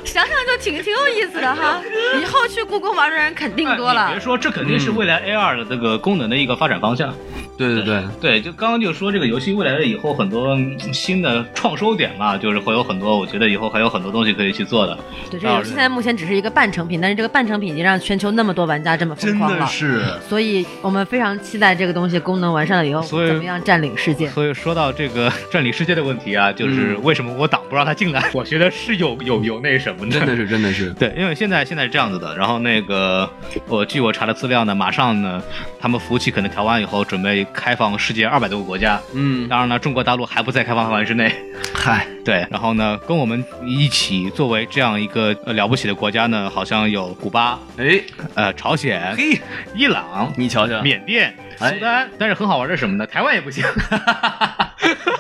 Speaker 5: 想想就挺挺有意思的哈。以后去故宫玩的人肯定多
Speaker 3: 哎你
Speaker 5: 了
Speaker 3: 别。说，这肯定是未来 A 2的这个功能的一个发展方向。
Speaker 4: 对对对，
Speaker 3: 对，就刚刚就说这个游戏未来以后很多嗯新的创收点嘛，就是会有很多，我觉得以后还有很多东西可以去做的。
Speaker 5: 对，这游戏现在目前只是一个半成品，但是这个半成品已经让全球那么多玩家这么疯
Speaker 4: 真
Speaker 5: 狂
Speaker 4: 的
Speaker 5: 了。
Speaker 4: 是，
Speaker 5: 所以我们非常期待这个东西功能完善了以后，
Speaker 7: 所以
Speaker 5: 怎么样占领世界。
Speaker 7: 所以说到这个 占领世界的问题啊，就是
Speaker 4: 嗯
Speaker 7: 为什么我党不让他进来？ 我觉得是有有有那什么
Speaker 4: 真的 是，真的是，
Speaker 7: 对，因为现在现在是这样子的，然后那个我据我查的资料呢，马上呢，他们服务器可能调完以后，准备开放世界二百多个国家，
Speaker 4: 嗯，
Speaker 7: 当然呢，中国大陆还不在开放范围之内。
Speaker 4: 嗨，
Speaker 7: 对，然后呢，跟我们一起作为这样一个呃了不起的国家呢，好像有古巴、
Speaker 4: 哎，
Speaker 7: 呃朝鲜、
Speaker 4: 嘿，
Speaker 7: 伊朗、
Speaker 4: 你瞧瞧，
Speaker 7: 缅甸、
Speaker 4: 哎
Speaker 7: 苏丹，但是很好玩的是什么呢？台湾也不行。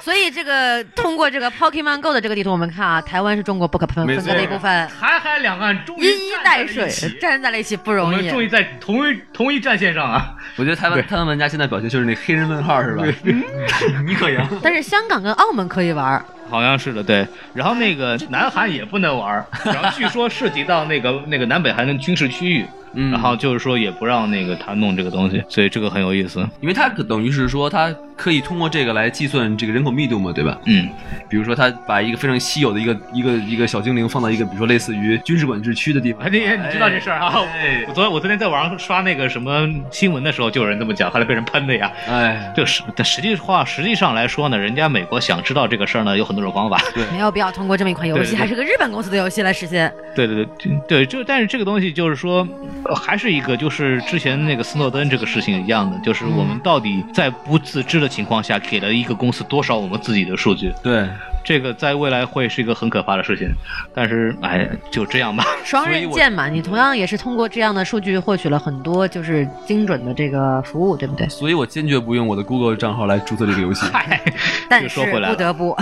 Speaker 5: 所以这个通过这个 Pokemon Go 的这个地图，我们看啊，台湾是中国不可分
Speaker 4: 没
Speaker 5: 分
Speaker 4: 错
Speaker 5: 割的一部分，
Speaker 3: 台海两岸
Speaker 7: 嗯
Speaker 3: 终于
Speaker 5: 一衣带
Speaker 3: 站在了
Speaker 5: 水
Speaker 3: 一起，
Speaker 5: 站在了一起不
Speaker 3: 我
Speaker 5: 容
Speaker 3: 们
Speaker 5: 易。
Speaker 3: 终于在同一同一战线上啊！
Speaker 4: 我觉得台湾台湾玩家现在表情就是那黑人问号是吧？嗯 你可啊赢，
Speaker 5: 但是香港跟澳门可以玩，
Speaker 7: 好像是的，对。然后那个
Speaker 3: 南
Speaker 7: 南韩
Speaker 3: 韩也不能玩 儿，然后据说涉及到那个那个南北韩的军事区域，
Speaker 4: 嗯
Speaker 7: 然后就是说也不让那个他弄这个东西，所以这个很有意思。
Speaker 4: 因为它可等于是说，它可以通过这个来计算这个人口密度嘛，对吧？
Speaker 7: 嗯，
Speaker 4: 比如说，它把一个非常稀有的一个一个一个小精灵放到一个，比如说类似于军事管制区的地方，
Speaker 3: 哎，你你知道这事儿啊？
Speaker 4: 哎
Speaker 3: 我昨我昨天在网上刷那个什么新闻的时候，就有人这么讲，后来被人喷的呀。
Speaker 4: 哎，
Speaker 7: 这实但实际话实际上来说呢，人家美国想知道这个事儿呢，有很多种方法。
Speaker 5: 没有必要通过这么一款游
Speaker 7: 对
Speaker 5: 戏，
Speaker 7: 对对
Speaker 5: 还是个日本公司的游戏来实现。
Speaker 7: 对对对对，就但是这个东西就是说，呃还是一个就是之前那个斯诺登这个事情一样的，就是我
Speaker 5: 嗯
Speaker 7: 们到底在不自知的情况下，给了一个公司多少我们自己的数据，
Speaker 4: 对，
Speaker 7: 这个在未来会是一个很可怕的事情。但是哎，就这样吧。
Speaker 5: 双
Speaker 4: 所以
Speaker 5: 刃
Speaker 4: 我
Speaker 5: 剑嘛，你同样也是通过这样的数据获取了很多就是精准的这个服务，对不对？
Speaker 4: 所以我坚决不用我的 Google 账号来注册这个游戏。
Speaker 5: 但
Speaker 7: 哎说
Speaker 5: 是
Speaker 7: 回来了
Speaker 5: 不得不，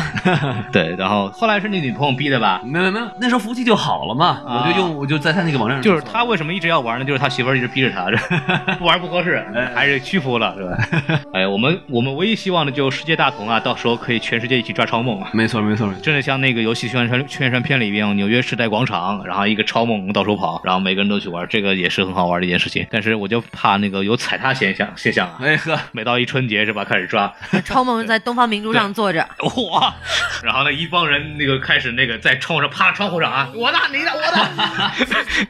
Speaker 7: 对，然后后来是你女朋友逼的吧？
Speaker 4: 没有没有，那时候服务器就好了嘛，
Speaker 7: 啊
Speaker 4: 我就用我就在他那个网站上，
Speaker 7: 就是他为什么一直要玩呢？就是他媳妇儿一直逼着他，这 不玩不合适，还是屈服了，是吧？ 哎，我们我们唯一希望的就是世界大同啊，到时候可以全世界一起抓超梦啊。
Speaker 4: 没错没错，
Speaker 7: 真的像那个游戏宣传宣传片里边，纽约时代广场，然后一个超梦到处跑，然后每个人都去玩，这个也是很好玩的一件事情。但是我就怕那个有踩踏现象现象啊，
Speaker 4: 哎呵，
Speaker 7: 每到一春节是吧，开始抓，
Speaker 5: 超梦在东方明珠上坐着，
Speaker 7: 哇，然后呢一帮人那个开始那个在窗户上趴窗户上啊， 我的你的我的，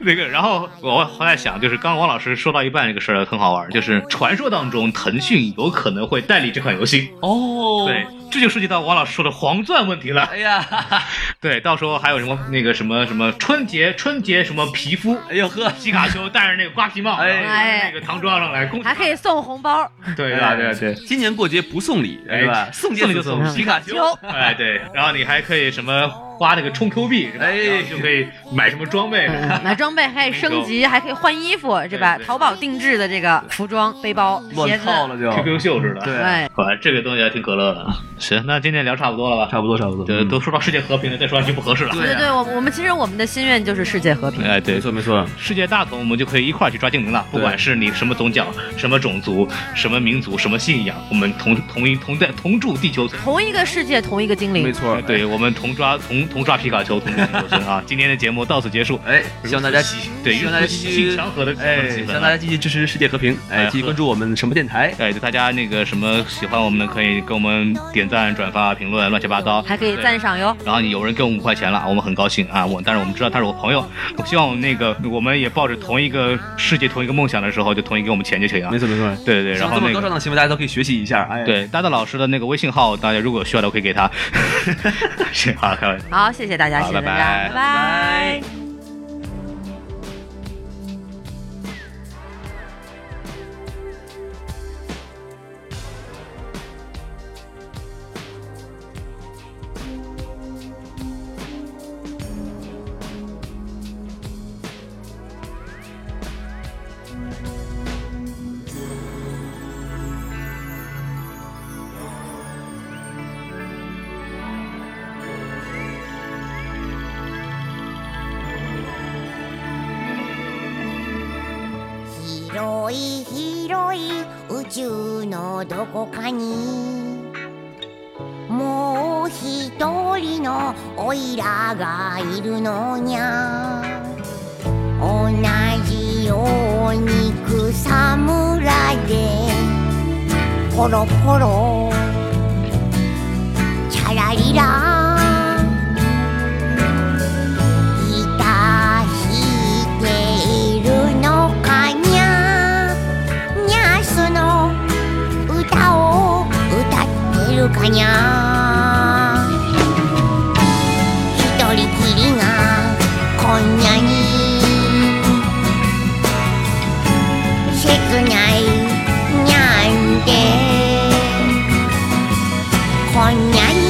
Speaker 7: 那个然后我后来想就是刚刚王老师说到一半这个事儿很好玩，就是传说当中腾讯有可能会代理这款游戏，
Speaker 4: 哦，
Speaker 7: 对，这就涉及到王老师说的黄钻问题了。
Speaker 4: 哎呀，哈哈
Speaker 7: 对，到时候还有什么那个什么什么春节春节什么皮肤，
Speaker 4: 哎呦呵，
Speaker 7: 皮卡丘戴着那个瓜皮帽，
Speaker 4: 哎
Speaker 7: 然后那个唐装上来，恭喜
Speaker 5: 还可以送红包。
Speaker 7: 对啊对啊对啊。
Speaker 4: 今年过节不送礼，
Speaker 7: 哎
Speaker 4: 对吧？ 送节
Speaker 7: 送
Speaker 4: 就
Speaker 7: 就送
Speaker 4: 皮卡丘，
Speaker 7: 哎对，然后你还可以什么花那个充 Q 币是吧？
Speaker 4: 哎
Speaker 7: 然后就可以买什么装备，
Speaker 5: 嗯，买装备还可以升级，还可以换衣服，是吧？
Speaker 7: 对对
Speaker 5: 淘宝定制的这个服装、背包、鞋
Speaker 4: 乱
Speaker 5: 子，
Speaker 4: 套了啊就，
Speaker 7: ，QQ 秀似的。
Speaker 4: 对
Speaker 5: 对，
Speaker 7: 哇，这个东西还挺可乐的。啊行，那今天聊差不多了吧？
Speaker 4: 差不多差不多，
Speaker 7: 对，
Speaker 4: 嗯
Speaker 7: 都说到世界和平了，再说下去不合适了。
Speaker 5: 对对对，我我们其实我们的心愿就是世界和平。
Speaker 7: 哎，
Speaker 4: 没
Speaker 7: 对，
Speaker 4: 错没错，
Speaker 7: 世界大同，我们就可以一块儿去抓精灵了。不
Speaker 4: 对
Speaker 7: 管是你什么宗教、什么种族、什么民族、什么信仰，我们同同一同在同住地球村。
Speaker 5: 同一个世界，同一个精
Speaker 4: 没
Speaker 5: 灵，
Speaker 4: 错，
Speaker 7: 对，我们同抓同同同刷皮卡丘，同同游身 啊！今天的节目到此结束，
Speaker 4: 哎，希望大家
Speaker 7: 喜对，
Speaker 4: 希望大家继续
Speaker 7: 强和的
Speaker 4: 哎，
Speaker 7: 气
Speaker 4: 希
Speaker 7: 氛
Speaker 4: 望
Speaker 7: 啊
Speaker 4: 大家继续支持世界和平，哎，
Speaker 7: 哎
Speaker 4: 继续关注我们什么电台。
Speaker 7: 哎，就大家那个什么喜欢我们的，可以给我们点赞、转发、评论，乱七八糟。
Speaker 5: 还可以赞赏哟。
Speaker 7: 然后有人给我们五块钱了，我们很高兴啊！我但是我们知道他是我朋友，我希望那个我们也抱着同一个世界、同一个梦想的时候，就同意给我们钱就行了
Speaker 4: 没。错没错，
Speaker 7: 对对对，然
Speaker 4: 像
Speaker 7: 后
Speaker 4: 这么
Speaker 7: 那
Speaker 4: 高尚
Speaker 7: 个
Speaker 4: 的行为，大家都可以学习一下。哎，，
Speaker 7: 对大大老师的那个微信号，大家如果有需要的，我可以给他。 是好，开玩笑。
Speaker 5: 好，谢谢大家，
Speaker 7: 好
Speaker 5: 谢谢大
Speaker 7: 拜
Speaker 5: 家，
Speaker 7: 拜
Speaker 5: 拜拜
Speaker 8: 広い広い宇宙のどこかにもう一人のオイラがいるのにゃ同じように草むらでポロポロチャラリラ「ひたひいているのかにゃ」「ニャースの歌を歌ってるかにゃ」「ひとりきりがこんなに」「せつないにゃんて」こんなに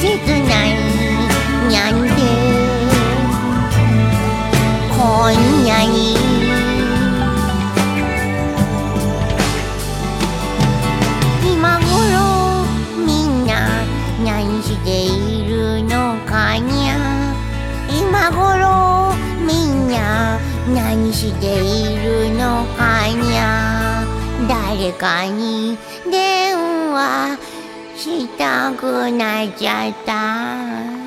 Speaker 8: 切ないにゃんでこんなに今頃みんな何しているのかにゃ今頃みんな何しているのかにゃ誰かに電話したくなっちゃった